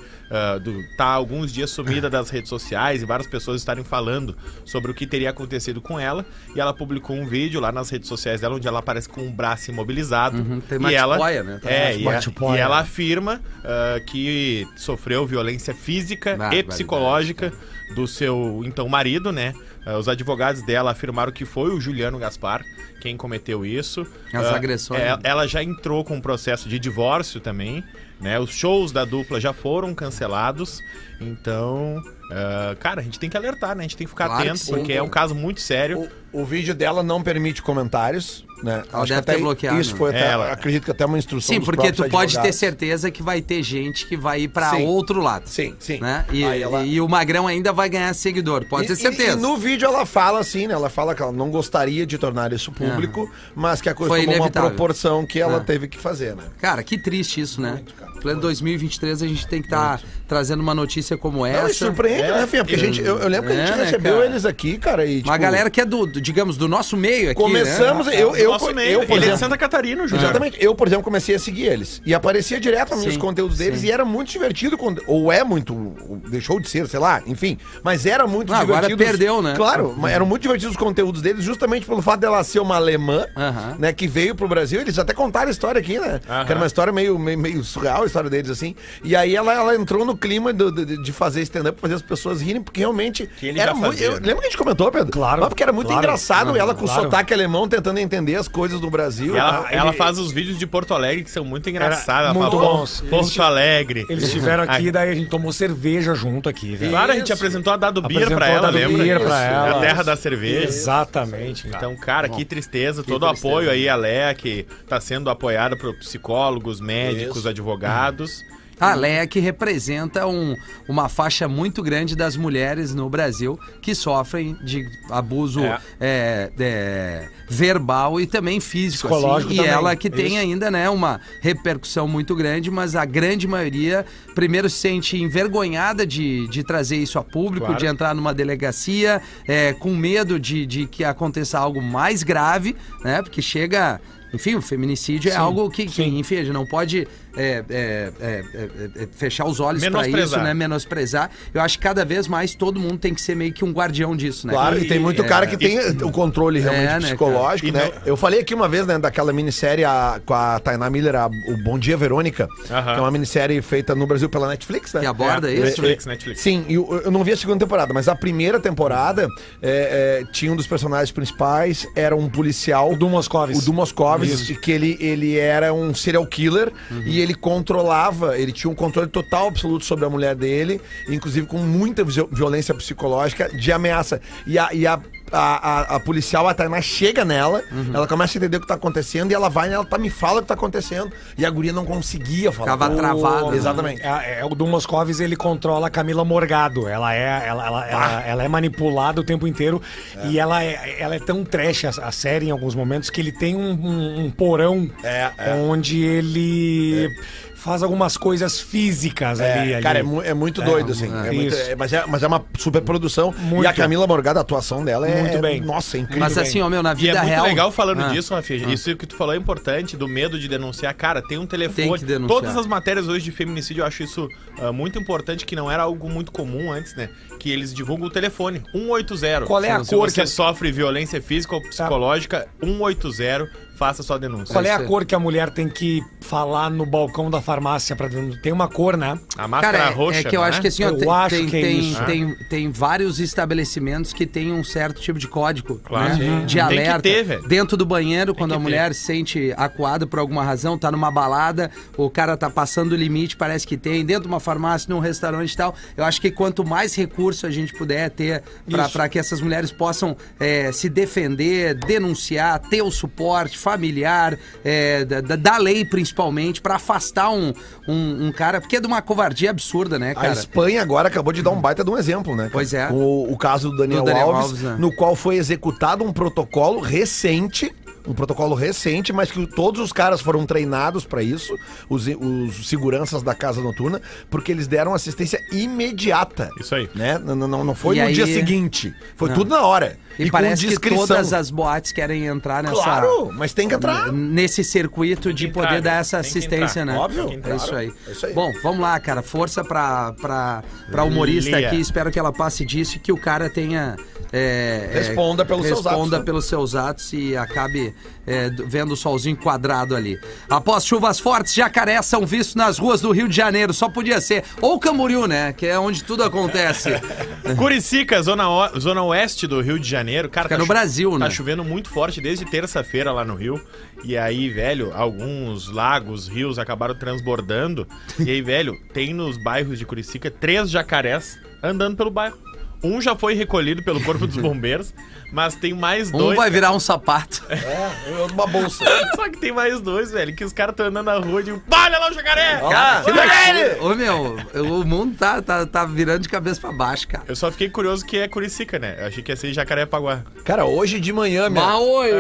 Speaker 5: estar alguns dias sumida das redes sociais e várias pessoas estarem falando sobre o que teria acontecido com ela. E ela publicou um vídeo lá nas redes sociais dela onde ela aparece com o braço imobilizado.
Speaker 4: Uhum, tem uma
Speaker 5: e ela
Speaker 4: tipoia, né? Tá
Speaker 5: é,
Speaker 4: uma
Speaker 5: e,
Speaker 7: tipoia.
Speaker 5: e ela afirma ah, que sofreu violência física e
Speaker 4: Barbaridade.
Speaker 5: psicológica do seu então marido, né? Ah, os advogados dela afirmaram que foi o Juliano Gaspar quem cometeu isso.
Speaker 4: As
Speaker 5: Ah,
Speaker 4: agressões. né?
Speaker 5: é- Ela, já entrou com um processo de divórcio também. né? Os shows da dupla já foram cancelados, então, ah, cara, a gente tem que alertar, né? A gente tem que ficar
Speaker 4: Claro que
Speaker 5: atento,
Speaker 4: sim,
Speaker 5: porque é
Speaker 4: cara.
Speaker 5: um caso muito sério.
Speaker 6: O, o vídeo dela não permite comentários, né?
Speaker 4: Ela
Speaker 6: que
Speaker 4: deve ter
Speaker 6: até
Speaker 4: bloqueado. né?
Speaker 6: Isso foi até,
Speaker 5: É, ela-
Speaker 6: acredito que até uma instrução
Speaker 4: Sim,
Speaker 6: dos
Speaker 4: porque
Speaker 6: próprios
Speaker 4: tu pode ter
Speaker 6: advogados.
Speaker 4: certeza que vai ter gente que vai ir pra
Speaker 6: Sim.
Speaker 4: outro lado.
Speaker 6: Sim, sim.
Speaker 4: Né? E,
Speaker 6: Aí ela-
Speaker 4: e o Magrão ainda vai ganhar seguidor, pode ter
Speaker 6: E-
Speaker 4: certeza.
Speaker 6: E, e no vídeo ela fala assim, né? Ela fala que ela não gostaria de tornar isso público, mas que a
Speaker 4: É.
Speaker 6: coisa
Speaker 4: Foi
Speaker 6: tomou uma
Speaker 4: inevitável.
Speaker 6: proporção que ela
Speaker 4: É.
Speaker 6: teve que fazer, né?
Speaker 4: Cara, que triste isso, né?
Speaker 6: cara.
Speaker 4: Plano 2023 a gente tem que estar trazendo uma notícia como
Speaker 6: Não,
Speaker 4: essa.
Speaker 6: isso surpreende, né, Rafinha? Porque a gente, eu, eu lembro que a
Speaker 4: É,
Speaker 6: gente
Speaker 4: né,
Speaker 6: recebeu
Speaker 4: cara?
Speaker 6: eles aqui, cara, e tipo,
Speaker 4: Uma galera que é do, do- digamos, do nosso meio aqui.
Speaker 6: começamos,
Speaker 4: né?
Speaker 6: eu, eu,
Speaker 5: É, Nosso
Speaker 6: eu,
Speaker 5: meio,
Speaker 6: por
Speaker 5: ele é de
Speaker 6: exemplo,
Speaker 5: Santa Catarina, Júlio.
Speaker 6: Exatamente. Eu, por exemplo, comecei a seguir eles. E aparecia direto nos
Speaker 4: Sim,
Speaker 6: conteúdos deles
Speaker 4: sim.
Speaker 6: e era muito divertido. quando- Ou é muito. ou Deixou de ser, sei lá, enfim. Mas era muito
Speaker 4: Ah, agora
Speaker 6: divertido.
Speaker 4: perdeu, né?
Speaker 6: Claro, mas eram muito divertidos os conteúdos deles, justamente pelo fato dela ser uma alemã,
Speaker 4: Aham.
Speaker 6: né? Que veio pro Brasil. Eles até contaram a história aqui, né? Que era uma história meio, meio, meio surreal, a história deles, assim. E aí ela, ela entrou no clima do- do- de fazer stand-up, fazer as pessoas rirem, porque realmente.
Speaker 5: ele
Speaker 6: era
Speaker 5: já
Speaker 6: muito.
Speaker 5: fazia,
Speaker 6: eu-
Speaker 5: né?
Speaker 6: lembra que a gente comentou, Pedro?
Speaker 7: Claro,
Speaker 6: Mas porque era muito
Speaker 7: claro.
Speaker 6: engraçado ela com
Speaker 7: Claro.
Speaker 6: sotaque alemão tentando entender as coisas do Brasil.
Speaker 5: Ela,
Speaker 6: né?
Speaker 5: ela faz os vídeos de Porto Alegre que são muito engraçados. Ela
Speaker 7: muito
Speaker 5: fala,
Speaker 7: bons.
Speaker 5: Porto
Speaker 7: Eles-
Speaker 5: Alegre.
Speaker 7: Eles estiveram aqui,
Speaker 5: Ai,
Speaker 7: daí a gente tomou cerveja junto aqui, velho.
Speaker 5: Claro, a gente apresentou a Dado Beer
Speaker 7: Apresentou
Speaker 5: pra
Speaker 7: a
Speaker 5: ela,
Speaker 7: Dado
Speaker 5: lembra?
Speaker 7: Beer pra
Speaker 5: É
Speaker 7: ela.
Speaker 5: A terra da cerveja.
Speaker 7: Exatamente, cara.
Speaker 5: Então, cara, que tristeza, todo o apoio aí, a Lea, que tá sendo apoiada por psicólogos, médicos, advogados.
Speaker 4: A Leia que representa um- uma faixa muito grande das mulheres no Brasil que sofrem de abuso
Speaker 5: É.
Speaker 4: é, é, verbal e também físico. assim.
Speaker 7: Psicológico
Speaker 4: e
Speaker 7: também,
Speaker 4: ela que tem
Speaker 7: isso.
Speaker 4: ainda né, uma repercussão muito grande, mas a grande maioria primeiro se sente envergonhada de, de trazer isso a público, de entrar numa delegacia, é, com medo de, de que aconteça algo mais grave, né? Porque chega. Enfim, o feminicídio é algo que, que, enfim, a gente não pode é, é, é, é, é, fechar os olhos para isso,
Speaker 5: Menosprezar.
Speaker 4: né? Menosprezar. Eu acho que cada vez mais todo mundo tem que ser meio que um guardião disso, né?
Speaker 6: Claro, e, tem muito cara que tem o controle realmente
Speaker 4: É, né,
Speaker 6: psicológico,
Speaker 5: cara?
Speaker 6: né?
Speaker 5: E
Speaker 6: Eu falei aqui uma vez, né, daquela minissérie a- com a Tainá Miller, a- o Bom Dia Verônica,
Speaker 5: Aham.
Speaker 6: que é uma minissérie feita no Brasil pela Netflix, né?
Speaker 4: Que aborda
Speaker 5: É,
Speaker 4: isso.
Speaker 5: Netflix, Netflix.
Speaker 6: Sim, e eu, eu não vi a segunda temporada, mas a primeira temporada é, é, tinha um dos personagens principais, era um policial.
Speaker 7: O Du Moscovis.
Speaker 6: O Du Moscovis, que ele, ele era um serial killer e ele controlava, ele tinha um controle total, absoluto sobre a mulher dele, inclusive com muita visio- violência psicológica de ameaça. E a. e a a, a- a policial, a Tainá, chega nela,
Speaker 4: Uhum.
Speaker 6: ela começa a entender o que tá acontecendo e ela vai nela, tá, me fala o que tá acontecendo. E a guria não conseguia falar.
Speaker 4: Ficava travada, né?
Speaker 6: Exatamente.
Speaker 7: É, é, o Dom Moscovis, ele controla a Camila Morgado. Ela é, ela, ela,
Speaker 6: Ah.
Speaker 7: ela, ela é manipulada o tempo inteiro. E ela é, ela é tão trash a, a série em alguns momentos que ele tem um, um- um porão
Speaker 6: É, é.
Speaker 7: onde ele faz algumas coisas físicas
Speaker 6: É,
Speaker 7: ali, ali.
Speaker 6: Cara, é, mu- é muito doido, assim.
Speaker 7: é.
Speaker 6: É muito-
Speaker 7: Isso.
Speaker 6: é, mas, é, mas é uma super produção. E
Speaker 7: Muito.
Speaker 6: a Camila Morgado, a atuação dela é.
Speaker 7: Muito bem.
Speaker 6: Nossa, é incrível.
Speaker 4: Mas assim, ó, meu, na
Speaker 5: E
Speaker 4: vida
Speaker 5: é muito
Speaker 4: real.
Speaker 5: legal falando
Speaker 4: Ah.
Speaker 5: disso, Rafinha. Isso que tu falou é importante, do medo de denunciar. Cara, tem um telefone.
Speaker 4: Tem que denunciar.
Speaker 5: Todas as matérias hoje de feminicídio, eu acho isso ah, muito importante, que não era algo muito comum antes, né? Que eles divulgam o telefone. 180.
Speaker 7: Qual é a
Speaker 5: Se
Speaker 7: cor
Speaker 5: você
Speaker 7: que-
Speaker 5: sofre violência física
Speaker 4: Ah.
Speaker 5: ou psicológica, 180, faça sua denúncia.
Speaker 7: Qual é a
Speaker 4: Isso aí.
Speaker 7: cor que a mulher tem que falar no balcão da farmácia pra dentro? Tem uma cor, né?
Speaker 5: A máscara
Speaker 4: Cara, é-
Speaker 5: roxa.
Speaker 4: é que eu
Speaker 5: não
Speaker 4: acho que assim, ó,
Speaker 7: Eu
Speaker 4: tem,
Speaker 7: acho
Speaker 4: tem,
Speaker 7: que é
Speaker 4: tem,
Speaker 7: isso.
Speaker 4: tem, tem vários estabelecimentos que tem um certo tipo de código
Speaker 5: Claro,
Speaker 4: né?
Speaker 5: sim.
Speaker 4: de
Speaker 5: Tem que
Speaker 4: alerta.
Speaker 5: ter, velho.
Speaker 4: Dentro do banheiro, quando
Speaker 5: que
Speaker 4: a
Speaker 5: ter.
Speaker 4: mulher se sente acuada por alguma razão, tá numa balada, o cara tá passando o limite, parece que tem, dentro de uma farmácia, num restaurante e tal. Eu acho que quanto mais recurso a gente puder ter pra-
Speaker 7: Isso.
Speaker 4: pra que essas mulheres possam é, se defender, denunciar, ter o suporte familiar, é, da, da- da lei principalmente, pra afastar um, um, um cara, porque é de uma covardia absurda, né,
Speaker 6: A
Speaker 4: cara?
Speaker 6: Espanha agora acabou de dar um baita de um exemplo, né? cara?
Speaker 4: Pois é.
Speaker 6: Com o, o caso do Daniel,
Speaker 4: Do Daniel
Speaker 6: Alves,
Speaker 4: Alves, né?
Speaker 6: no qual foi executado um protocolo recente, um protocolo recente, mas que todos os caras foram treinados pra isso, os, os seguranças da casa noturna, porque eles deram assistência imediata.
Speaker 5: Isso aí.
Speaker 6: Né? Não, não, não foi
Speaker 4: E
Speaker 6: no
Speaker 4: aí-
Speaker 6: dia seguinte, foi
Speaker 4: Não.
Speaker 6: tudo na hora.
Speaker 4: E, parece que todas as Né? boates querem entrar nessa.
Speaker 6: Claro, mas tem que entrar.
Speaker 4: n- Nesse circuito de
Speaker 5: que
Speaker 4: poder
Speaker 5: entrar,
Speaker 4: dar
Speaker 5: né?
Speaker 4: essa
Speaker 5: Tem que
Speaker 4: assistência,
Speaker 5: entrar.
Speaker 4: né?
Speaker 6: Óbvio,
Speaker 4: É
Speaker 6: claro.
Speaker 4: isso, aí.
Speaker 6: É isso aí.
Speaker 4: Bom, vamos lá, cara. Força pra, pra, pra humorista
Speaker 5: Lia.
Speaker 4: aqui. Espero que ela passe disso e que o cara tenha é, é,
Speaker 6: Responda pelos seus atos,
Speaker 4: Responda
Speaker 6: né?
Speaker 4: pelos seus atos e acabe é, d- vendo o solzinho quadrado ali. Após chuvas fortes, jacarés são vistos nas ruas do Rio de Janeiro. Só podia ser. Ou Camboriú, né? Que é onde tudo
Speaker 6: *laughs*
Speaker 4: acontece.
Speaker 5: Curicica, zona, o- zona oeste do Rio de Janeiro. Cara,
Speaker 4: Fica no
Speaker 5: chu-
Speaker 4: Brasil,
Speaker 5: tá
Speaker 4: né?
Speaker 5: chovendo muito forte desde terça-feira lá no Rio. E aí, velho, alguns lagos, rios acabaram transbordando. E aí, velho, tem nos bairros de Curicica três jacarés andando pelo bairro. Um já foi recolhido pelo
Speaker 4: *laughs*
Speaker 5: Corpo dos Bombeiros, mas tem mais
Speaker 4: Um
Speaker 5: dois.
Speaker 6: né?
Speaker 4: vai virar um sapato.
Speaker 6: É, eu ando uma bolsa.
Speaker 5: *laughs* Só que tem mais dois, velho, que os caras estão andando na rua e digo, "Pá, olha lá o jacaré!
Speaker 6: Cara,
Speaker 4: que
Speaker 6: olha
Speaker 4: loucura.
Speaker 6: ele!
Speaker 4: Ô, meu, o mundo tá, tá, tá virando de cabeça pra baixo, cara.
Speaker 5: Eu só fiquei curioso que é Curicica, né? Eu achei que ia ser Jacarepaguá.
Speaker 6: Cara, hoje de manhã, minha,
Speaker 4: Maui!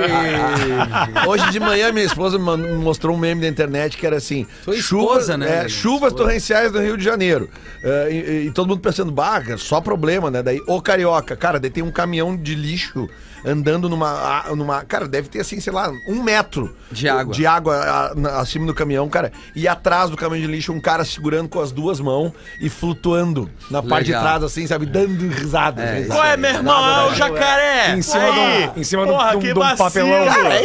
Speaker 6: hoje de manhã minha esposa me mandou- me mostrou um meme da internet que era assim:
Speaker 4: Sua esposa,
Speaker 6: chuvas-
Speaker 4: né,
Speaker 6: é,
Speaker 4: minha
Speaker 6: chuvas
Speaker 4: esposa.
Speaker 6: torrenciais no Rio de Janeiro. É, e, e todo mundo pensando, barra, só problema, né? Daí, ô carioca, cara, daí tem um caminhão de lixo andando numa. a- numa cara, deve ter assim, sei lá, um metro
Speaker 4: De água.
Speaker 6: De água a- na- acima do caminhão, cara. E atrás do caminhão de lixo, um cara segurando com as duas mãos e flutuando na parte de
Speaker 4: Legal.
Speaker 6: trás, assim, sabe? Dando risada. assim,
Speaker 4: É,
Speaker 6: risada.
Speaker 5: Qual é, meu irmão? É o jacaré!
Speaker 7: Em cima
Speaker 5: Aí.
Speaker 7: de um- em cima de um- de um-
Speaker 5: que
Speaker 7: de um
Speaker 5: vacilo.
Speaker 7: papelão.
Speaker 6: Cara, é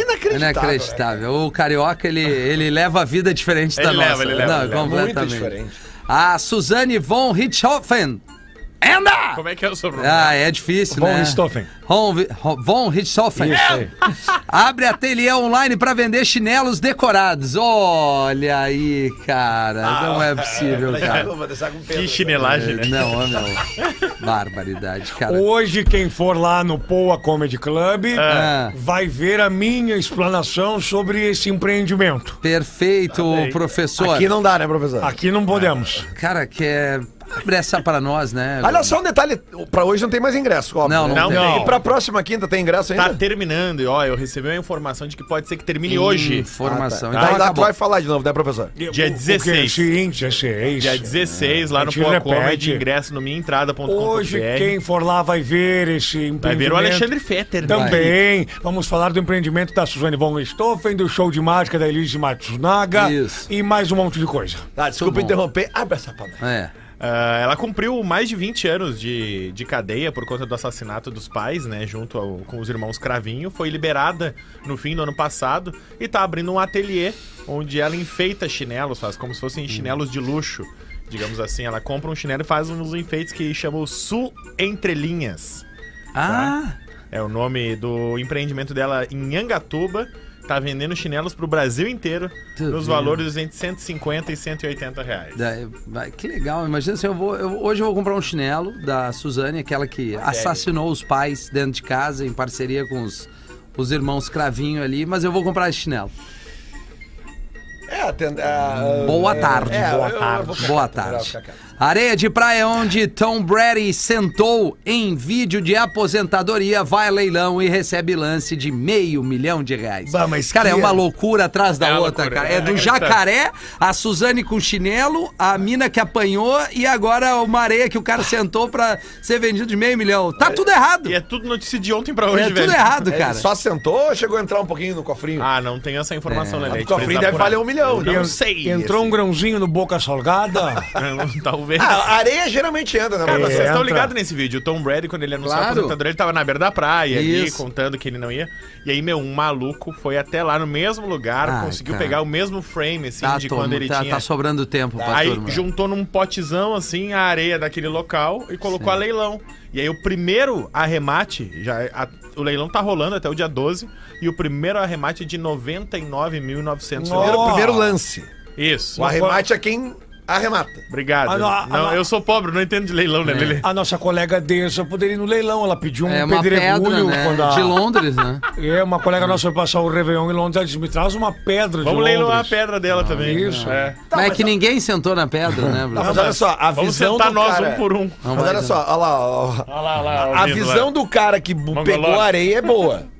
Speaker 4: *laughs*
Speaker 6: inacreditável.
Speaker 4: Inacreditável. O carioca, ele, ele leva a vida diferente da
Speaker 5: Ele
Speaker 4: nossa.
Speaker 5: leva, ele leva,
Speaker 4: Não,
Speaker 5: ele leva.
Speaker 4: completamente.
Speaker 6: Muito diferente.
Speaker 4: A Suzane von Richthofen. Anda!
Speaker 5: Como é que é o sobrenome?
Speaker 4: Ah, é difícil,
Speaker 7: Von
Speaker 4: né?
Speaker 7: Richthofen.
Speaker 4: Von, Vi- Ro- von Richthofen. *laughs* Abre ateliê online para vender chinelos decorados. Olha aí, cara.
Speaker 5: Ah,
Speaker 4: não é possível, cara.
Speaker 5: que chinelagem, né?
Speaker 4: É, Não, ó, meu. Barbaridade, cara.
Speaker 7: Hoje, quem for lá no Poa Comedy Club
Speaker 6: É.
Speaker 4: Ah.
Speaker 7: vai ver a minha explanação sobre esse empreendimento.
Speaker 4: Perfeito,
Speaker 5: Tá bem.
Speaker 4: professor.
Speaker 6: Aqui não dá, né, professor?
Speaker 7: Aqui não podemos.
Speaker 4: Cara, que é... Abre essa pra nós, né?
Speaker 6: Olha só um detalhe, pra hoje não tem mais ingresso, óbvio.
Speaker 4: Não, não,
Speaker 6: né?
Speaker 5: Não,
Speaker 4: tem.
Speaker 5: não.
Speaker 6: E pra próxima quinta tem ingresso
Speaker 5: Tá
Speaker 6: ainda?
Speaker 5: terminando, e ó, eu recebi a informação de que pode ser que termine hoje.
Speaker 4: Informação.
Speaker 6: Tá,
Speaker 4: Então
Speaker 6: lá tu
Speaker 4: acabou.
Speaker 6: vai falar de novo, né, professor?
Speaker 7: Dia é
Speaker 5: 16.
Speaker 7: Sim, 16.
Speaker 5: Dia 16, lá
Speaker 7: A
Speaker 5: no
Speaker 7: gente
Speaker 5: Poa
Speaker 7: repete.
Speaker 5: Comedy, ingresso no minhaentrada.com.br.
Speaker 7: Hoje, quem Então- for lá vai ver esse empreendimento.
Speaker 5: Vai ver o Alexandre Fetter. né?
Speaker 7: Também vamos falar do empreendimento da Suzane von Richthofen, do show de mágica da Elise Matsunaga
Speaker 4: Isso.
Speaker 7: e mais um monte de coisa.
Speaker 6: Tá, desculpa
Speaker 4: bom.
Speaker 6: interromper. Abre essa panela.
Speaker 4: É.
Speaker 5: Ah, ela cumpriu mais de 20 anos de, de cadeia por conta do assassinato dos pais, né? Junto ao- com os irmãos Cravinho. Foi liberada no fim do ano passado e tá abrindo um ateliê onde ela enfeita chinelos, faz como se fossem chinelos de luxo. Digamos assim, ela compra um chinelo e faz uns enfeites que chamam Su Entrelinhas.
Speaker 4: Ah,
Speaker 6: Tá.
Speaker 5: É o nome do empreendimento dela em Angatuba. Tá vendendo chinelos pro Brasil inteiro
Speaker 4: Tu
Speaker 5: nos
Speaker 4: viu?
Speaker 5: valores entre 150 e 180 reais.
Speaker 4: daí- vai- que legal. Imagina se eu vou. eu- hoje eu vou comprar um chinelo da Suzane, aquela que assassinou os pais dentro de casa, em parceria com os, os irmãos Cravinho ali, mas eu vou comprar esse chinelo.
Speaker 6: É, atend... ah,
Speaker 4: Boa tarde.
Speaker 6: é,
Speaker 4: boa
Speaker 6: eu-
Speaker 4: tarde.
Speaker 6: eu vou ficar
Speaker 4: Boa
Speaker 6: quieto, vou
Speaker 4: tarde.
Speaker 6: ficar quieto.
Speaker 4: Areia de praia é onde Tom Brady sentou em vídeo de aposentadoria, vai a leilão e recebe lance de meio milhão de reais.
Speaker 7: Bah, mas
Speaker 4: cara, é
Speaker 7: que-
Speaker 4: uma loucura atrás da
Speaker 5: É uma
Speaker 4: outra,
Speaker 5: loucura,
Speaker 4: cara.
Speaker 5: é
Speaker 4: É do
Speaker 5: inacreditável.
Speaker 4: jacaré, a Suzane com chinelo, a mina que apanhou e agora uma areia que o cara sentou pra ser vendido de meio milhão. Tá tudo errado.
Speaker 5: E é tudo notícia de ontem pra hoje,
Speaker 4: É
Speaker 5: velho.
Speaker 4: tudo errado,
Speaker 6: Ele
Speaker 4: cara.
Speaker 6: só sentou ou chegou a entrar um pouquinho no cofrinho?
Speaker 5: Ah, não tenho essa informação,
Speaker 4: É.
Speaker 5: Lelê.
Speaker 6: o cofrinho deve valer um milhão.
Speaker 5: Não
Speaker 6: né?
Speaker 5: sei.
Speaker 7: Entrou um
Speaker 5: assim.
Speaker 7: grãozinho no boca salgada.
Speaker 5: *laughs* Talvez. É,
Speaker 6: Ah, a areia geralmente anda, né,
Speaker 5: Cara,
Speaker 6: professor?
Speaker 5: vocês estão
Speaker 7: entra.
Speaker 5: ligados nesse vídeo. O Tom Brady, quando ele anunciou a
Speaker 4: Claro.
Speaker 5: aposentadoria, ele tava na beira da praia ali,
Speaker 4: Isso.
Speaker 5: contando que ele não ia. E aí, meu, um maluco foi até lá no mesmo lugar,
Speaker 4: Ai,
Speaker 5: conseguiu
Speaker 4: Ah, cara.
Speaker 5: pegar o mesmo frame, assim,
Speaker 4: Tá,
Speaker 5: de
Speaker 4: Tom,
Speaker 5: quando ele
Speaker 4: tá,
Speaker 5: tinha.
Speaker 4: tá sobrando tempo pra
Speaker 5: Aí
Speaker 4: turma.
Speaker 5: juntou num potezão, assim, a areia daquele local e colocou a leilão. E aí o primeiro arremate, já, é, a- o leilão tá rolando até o dia 12, e o primeiro arremate é de 99.900
Speaker 6: Primeiro,
Speaker 5: euros.
Speaker 7: Nossa.
Speaker 6: primeiro lance.
Speaker 5: Isso.
Speaker 6: O arremate é quem arremata.
Speaker 5: Obrigado.
Speaker 7: Ah, não, ah,
Speaker 5: não,
Speaker 7: ah,
Speaker 5: eu sou pobre, não entendo de leilão, né, Lelê?
Speaker 7: A nossa colega Deza poderia ir no leilão. Ela pediu um
Speaker 4: É uma pedra,
Speaker 7: pedregulho
Speaker 4: né?
Speaker 7: quando a-
Speaker 4: De Londres,
Speaker 5: *laughs*
Speaker 4: né?
Speaker 7: É, uma colega nossa foi passar o Réveillon em Londres. Ela disse: me traz uma pedra de
Speaker 5: Vamos
Speaker 7: Londres.
Speaker 5: leiloar a pedra dela também.
Speaker 7: isso.
Speaker 5: É.
Speaker 6: Tá,
Speaker 4: mas é
Speaker 6: mas
Speaker 4: que
Speaker 6: tá-
Speaker 4: ninguém sentou na pedra, né, Bruno?
Speaker 6: Tá, mas olha só, a
Speaker 5: Vamos
Speaker 6: visão
Speaker 5: sentar
Speaker 6: do
Speaker 5: nós
Speaker 6: cara...
Speaker 5: um por um.
Speaker 4: Não
Speaker 6: Mas
Speaker 4: vai
Speaker 6: olha
Speaker 4: dar.
Speaker 6: só, olha lá, ó.
Speaker 5: Olha lá, olha lá.
Speaker 6: A visão do cara que bu-
Speaker 5: Mongolote.
Speaker 6: pegou a areia é boa.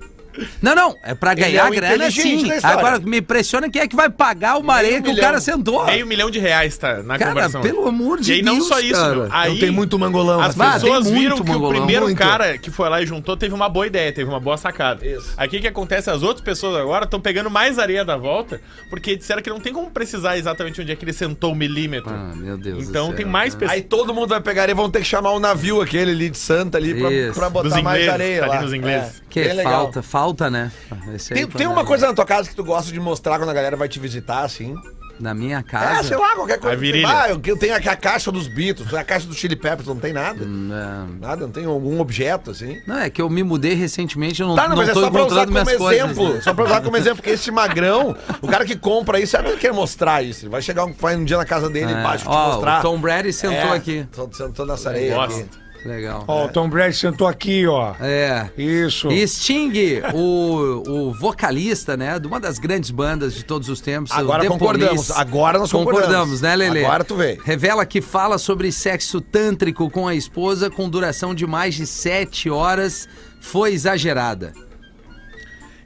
Speaker 4: Não, não, é pra ganhar
Speaker 6: é um
Speaker 4: grana,
Speaker 6: inteligente
Speaker 4: sim.
Speaker 6: na história.
Speaker 4: Agora, o que me impressiona é quem é que vai pagar uma areia que o
Speaker 6: milhão.
Speaker 4: cara sentou.
Speaker 5: Meio milhão de reais tá na
Speaker 4: Cara,
Speaker 5: conversão.
Speaker 4: pelo amor de
Speaker 5: E aí não
Speaker 4: Deus,
Speaker 5: só isso,
Speaker 4: cara.
Speaker 5: meu. Aí
Speaker 6: Não tem muito mangolão.
Speaker 5: As
Speaker 6: assim.
Speaker 4: Bah, tem
Speaker 5: pessoas
Speaker 4: muito
Speaker 5: viram que o
Speaker 4: mangolão,
Speaker 5: primeiro
Speaker 4: muito.
Speaker 5: cara que foi lá e juntou teve uma boa ideia, teve uma boa sacada. Aí o que, que acontece? As outras pessoas agora estão pegando mais areia da volta, porque disseram que não tem como precisar exatamente onde é que ele sentou o milímetro.
Speaker 4: Ah, meu Deus do
Speaker 5: então
Speaker 4: céu,
Speaker 5: tem mais
Speaker 4: né?
Speaker 5: pessoas.
Speaker 6: Aí todo mundo vai pegar e vão ter que chamar o navio aquele ali de Santa ali pra,
Speaker 4: Isso.
Speaker 6: pra botar
Speaker 5: Dos
Speaker 6: mais
Speaker 5: ingleses,
Speaker 6: areia
Speaker 5: tá ali
Speaker 6: lá. É,
Speaker 5: dos ingleses.
Speaker 4: Que
Speaker 6: bem legal.
Speaker 4: falta, né, falta, né? Esse aí
Speaker 6: Tem,
Speaker 4: pra
Speaker 6: tem
Speaker 4: mim.
Speaker 6: uma coisa na tua casa que tu gosta de mostrar quando a galera vai te visitar, assim?
Speaker 4: Na minha
Speaker 6: É,
Speaker 4: casa.
Speaker 6: sei lá, qualquer coisa.
Speaker 5: A virilha.
Speaker 6: Ah, eu eu tenho aqui a caixa dos Beatles, a caixa do Chili Peppers, não tem nada.
Speaker 4: Hum, Não.
Speaker 6: Nada, não tem algum objeto, assim.
Speaker 4: Não, é que eu me mudei recentemente, eu não,
Speaker 6: Tá, não, mas é
Speaker 4: tô
Speaker 6: só pra usar
Speaker 4: encontrando
Speaker 6: como
Speaker 4: minhas
Speaker 6: exemplo.
Speaker 4: coisas. né?
Speaker 6: Só pra usar como exemplo, porque esse magrão, o cara que compra isso, sabe que ele quer mostrar isso. Ele vai chegar um, vai um dia na casa dele
Speaker 4: É,
Speaker 6: embaixo te
Speaker 4: ó,
Speaker 6: mostrar.
Speaker 4: o Tom Brady sentou
Speaker 6: É,
Speaker 4: aqui.
Speaker 6: Tom- Sentou nessa areia
Speaker 5: Bosta.
Speaker 6: aqui.
Speaker 4: Legal.
Speaker 7: Ó, o Tom Brady sentou aqui, ó.
Speaker 4: É.
Speaker 7: Isso.
Speaker 4: E Sting, o, o vocalista, né, de uma das grandes bandas de todos os tempos. o
Speaker 6: Agora
Speaker 4: The
Speaker 6: concordamos,
Speaker 4: Police.
Speaker 6: agora nós concordamos.
Speaker 4: Concordamos, né, Lele?
Speaker 6: Agora tu vê.
Speaker 4: Revela que fala sobre sexo tântrico com a esposa com duração de mais de sete horas. Foi exagerada.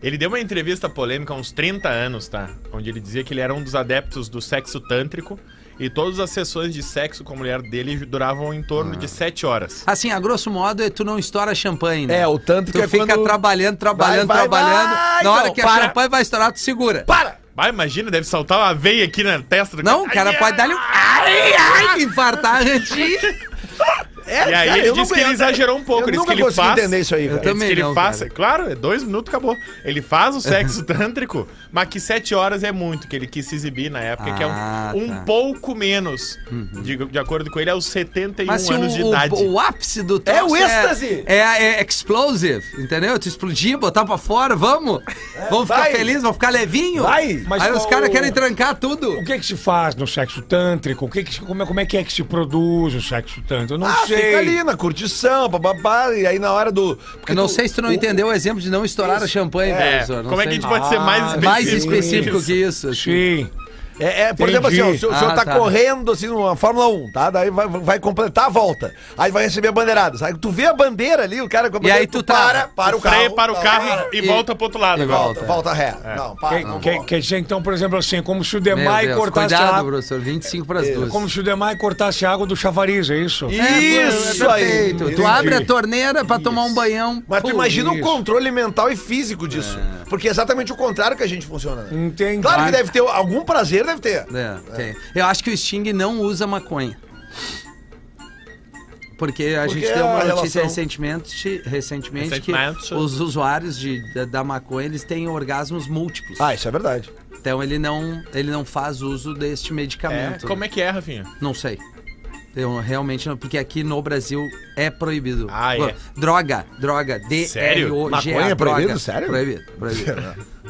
Speaker 5: Ele deu uma entrevista polêmica há uns 30 anos, tá? Onde ele dizia que ele era um dos adeptos do sexo tântrico e todas as sessões de sexo com a mulher dele duravam em torno
Speaker 4: Ah.
Speaker 5: de 7 horas.
Speaker 4: Assim, a grosso modo, é tu não estoura champanhe, né?
Speaker 6: É, o tanto
Speaker 4: tu
Speaker 6: que é
Speaker 4: fica
Speaker 6: quando-
Speaker 4: trabalhando, trabalhando,
Speaker 6: Vai, vai,
Speaker 4: trabalhando.
Speaker 6: vai,
Speaker 4: na hora
Speaker 6: não,
Speaker 4: que
Speaker 6: para.
Speaker 4: a champanhe vai estourar, tu segura.
Speaker 6: Para!
Speaker 5: Vai, imagina, deve saltar uma veia aqui na testa do
Speaker 4: Não, o cara
Speaker 5: Ai,
Speaker 4: pode dar-lhe um. Ai, ai, infartar antes.
Speaker 6: É,
Speaker 5: E aí
Speaker 6: cara,
Speaker 5: ele
Speaker 6: eu
Speaker 5: disse
Speaker 6: não
Speaker 5: que ele
Speaker 6: aguento.
Speaker 5: exagerou um pouco.
Speaker 6: Eu
Speaker 5: ele disse
Speaker 6: nunca
Speaker 5: que ele
Speaker 6: consegui
Speaker 5: faz,
Speaker 6: entender isso aí,
Speaker 5: Ele
Speaker 6: cara.
Speaker 5: disse
Speaker 4: Também
Speaker 5: que ele
Speaker 4: não,
Speaker 5: faz,
Speaker 4: cara.
Speaker 5: claro, é dois minutos, acabou. Ele faz o
Speaker 4: *laughs*
Speaker 5: sexo tântrico, mas que sete horas é muito, que ele quis se exibir na época, que é um,
Speaker 4: Ah,
Speaker 5: um
Speaker 4: tá. Uhum.
Speaker 5: pouco menos, de, de acordo com ele, é aos 71
Speaker 4: Mas se um- o,
Speaker 5: anos de idade.
Speaker 4: o, o ápice do troço
Speaker 6: o êxtase.
Speaker 4: É, é explosive, entendeu? Tu explodir, botar pra fora, vamos. vamos ficar
Speaker 6: É, vai.
Speaker 4: felizes, vamos ficar levinho.
Speaker 6: Vai.
Speaker 7: Mas
Speaker 4: Aí os
Speaker 7: qual-
Speaker 4: caras querem trancar tudo.
Speaker 7: O que que se faz no sexo tântrico? O que que se- como, é, como é que é que se produz o sexo tântrico? Eu não
Speaker 6: Ah,
Speaker 7: sei.
Speaker 6: fica ali na curtição, bababá, e aí na hora do. porque
Speaker 4: Eu não
Speaker 6: tu-
Speaker 4: sei se tu não
Speaker 6: o-
Speaker 4: entendeu o exemplo de não estourar a champanhe,
Speaker 5: É,
Speaker 4: professor. não
Speaker 5: como é que a
Speaker 4: sei.
Speaker 5: gente pode ser mais
Speaker 7: Ah,
Speaker 5: específico?
Speaker 4: Mais específico que isso. assim.
Speaker 7: Sim.
Speaker 6: É, é, por
Speaker 7: Entendi.
Speaker 6: exemplo, assim, ó, o senhor, o senhor
Speaker 4: Ah,
Speaker 6: tá,
Speaker 4: tá.
Speaker 6: correndo assim numa Fórmula 1, tá? Daí vai, vai completar a volta. Aí vai receber a bandeirada. Aí tu vê a bandeira ali, o cara com a bandeira,
Speaker 4: aí tu tá-
Speaker 6: para, para o carro.
Speaker 5: Freia para o
Speaker 6: tá,
Speaker 5: carro
Speaker 6: para,
Speaker 5: e,
Speaker 4: e-
Speaker 5: volta É. pro outro lado
Speaker 4: e
Speaker 5: agora.
Speaker 6: volta, volta ré. Não, para.
Speaker 7: Quer,
Speaker 6: Ah, não,
Speaker 7: quer-
Speaker 6: volta.
Speaker 7: quer dizer, então, por exemplo, assim, como se o
Speaker 4: Meu
Speaker 7: Demai
Speaker 4: Deus,
Speaker 7: cortasse a
Speaker 4: cuidado,
Speaker 7: água.
Speaker 4: professor. 25 para
Speaker 6: É,
Speaker 4: as duas.
Speaker 7: Como se o Demai cortasse a água do chavariz, é isso?
Speaker 6: Isso
Speaker 4: é
Speaker 6: aí.
Speaker 4: perfeito. Tu
Speaker 6: Entendi.
Speaker 4: abre a torneira pra tomar um banhão.
Speaker 6: Mas tu
Speaker 4: Pô,
Speaker 6: imagina o
Speaker 7: isso.
Speaker 6: controle mental e físico disso. Porque é exatamente o contrário que a gente funciona, né?
Speaker 7: Entendi.
Speaker 6: Claro que deve ter, algum prazer deve ter.
Speaker 4: É, tem. Eu acho que o Sting não usa maconha. Porque a
Speaker 6: Porque é
Speaker 4: gente deu
Speaker 6: a
Speaker 4: uma notícia
Speaker 6: relação-
Speaker 4: recentemente, recentemente,
Speaker 5: Recentemente.
Speaker 4: que os usuários de, da, da maconha eles têm orgasmos múltiplos.
Speaker 6: Ah, isso é verdade.
Speaker 4: Então ele não, ele não faz uso deste
Speaker 5: É,
Speaker 4: medicamento.
Speaker 5: como é que é, Rafinha?
Speaker 4: Não sei. Eu realmente não, porque aqui no Brasil é proibido.
Speaker 5: Ah, é.
Speaker 4: Droga, droga, D
Speaker 5: Sério?
Speaker 6: Maconha é proibido?
Speaker 4: droga.
Speaker 6: Sério?
Speaker 4: Proibido,
Speaker 6: *laughs*
Speaker 4: proibido.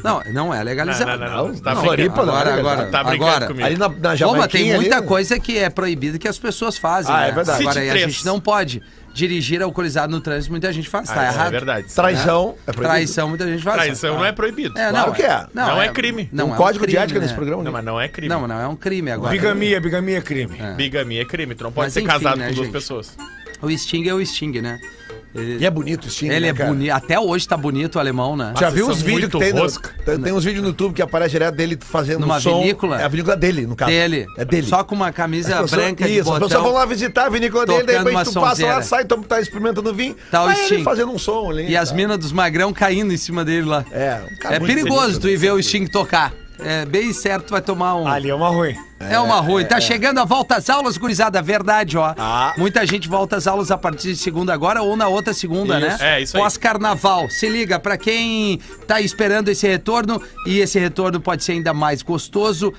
Speaker 4: não, não é legalizado.
Speaker 5: Você tá
Speaker 6: não,
Speaker 5: brincando.
Speaker 6: Floripa não.
Speaker 4: Agora,
Speaker 6: é
Speaker 4: agora,
Speaker 6: verdade.
Speaker 5: Tá brincando
Speaker 4: agora.
Speaker 5: comigo.
Speaker 6: Ali na, na
Speaker 4: Bom, mas
Speaker 6: Jamaica.
Speaker 4: tem muita coisa que é proibida que as pessoas fazem.
Speaker 6: Ah,
Speaker 4: né?
Speaker 6: é verdade.
Speaker 4: Agora,
Speaker 5: City
Speaker 4: a
Speaker 5: três.
Speaker 4: gente não pode dirigir alcoolizado no trânsito, muita gente faz, tá
Speaker 5: Ah, isso
Speaker 4: errado.
Speaker 5: É verdade.
Speaker 6: Traição.
Speaker 4: Né?
Speaker 6: É proibido.
Speaker 4: Traição, muita gente faz.
Speaker 5: Traição não é proibido.
Speaker 4: É,
Speaker 6: Claro que é.
Speaker 5: Não é crime.
Speaker 6: Tem um
Speaker 4: é
Speaker 6: código de
Speaker 4: crime,
Speaker 6: ética
Speaker 4: né?
Speaker 6: nesse programa.
Speaker 5: Não,
Speaker 6: né?
Speaker 5: mas não é crime.
Speaker 4: Não, não é um crime agora.
Speaker 7: Bigamia, bigamia é crime.
Speaker 5: Bigamia é crime, tu não pode
Speaker 4: Mas
Speaker 5: ser
Speaker 4: enfim,
Speaker 5: casado
Speaker 4: né,
Speaker 5: com duas
Speaker 4: gente?
Speaker 5: pessoas.
Speaker 4: O Sting é o Sting, né? Ele,
Speaker 6: E é bonito o Sting,
Speaker 4: ele
Speaker 6: né,
Speaker 4: é
Speaker 6: cara?
Speaker 4: bonito. Até hoje tá bonito o alemão, né?
Speaker 6: Já
Speaker 5: Nossa,
Speaker 6: viu os
Speaker 5: são
Speaker 6: vídeos
Speaker 5: muito
Speaker 6: que tem no,
Speaker 5: rosca.
Speaker 6: tem, tem uns vídeos no YouTube que aparece direto dele fazendo
Speaker 4: Numa
Speaker 6: um som.
Speaker 4: vinícola?
Speaker 6: É a vinícola dele, no caso.
Speaker 4: Dele.
Speaker 6: É dele.
Speaker 4: Só com uma camisa
Speaker 6: As pessoas-
Speaker 4: branca de
Speaker 6: Isso, as pessoas
Speaker 4: botão.
Speaker 6: vão lá visitar a vinícola dele, de
Speaker 4: tocando uma
Speaker 6: repente tu passa lá,
Speaker 4: sonzeira.
Speaker 6: sai, tu tá experimentando vinho.
Speaker 4: Tá o
Speaker 6: aí ele
Speaker 4: Sting.
Speaker 6: fazendo um som ali.
Speaker 4: E as
Speaker 6: tá.
Speaker 4: minas dos magrão caindo em cima dele lá.
Speaker 6: É, um cara
Speaker 4: É
Speaker 6: muito
Speaker 4: perigoso
Speaker 6: bonito, né?
Speaker 4: tu ir ver o Sting tocar. É bem certo, vai tomar um.
Speaker 7: Ali é uma ruim.
Speaker 4: É uma ruim. Tá chegando a volta às aulas, gurizada. Verdade, ó.
Speaker 6: Ah.
Speaker 4: Muita gente volta às aulas a partir de segunda agora ou na outra segunda,
Speaker 5: Isso.
Speaker 4: né?
Speaker 5: É, isso aí.
Speaker 4: Pós-carnaval. Se liga, pra quem tá esperando esse retorno, e esse retorno pode ser ainda mais gostoso,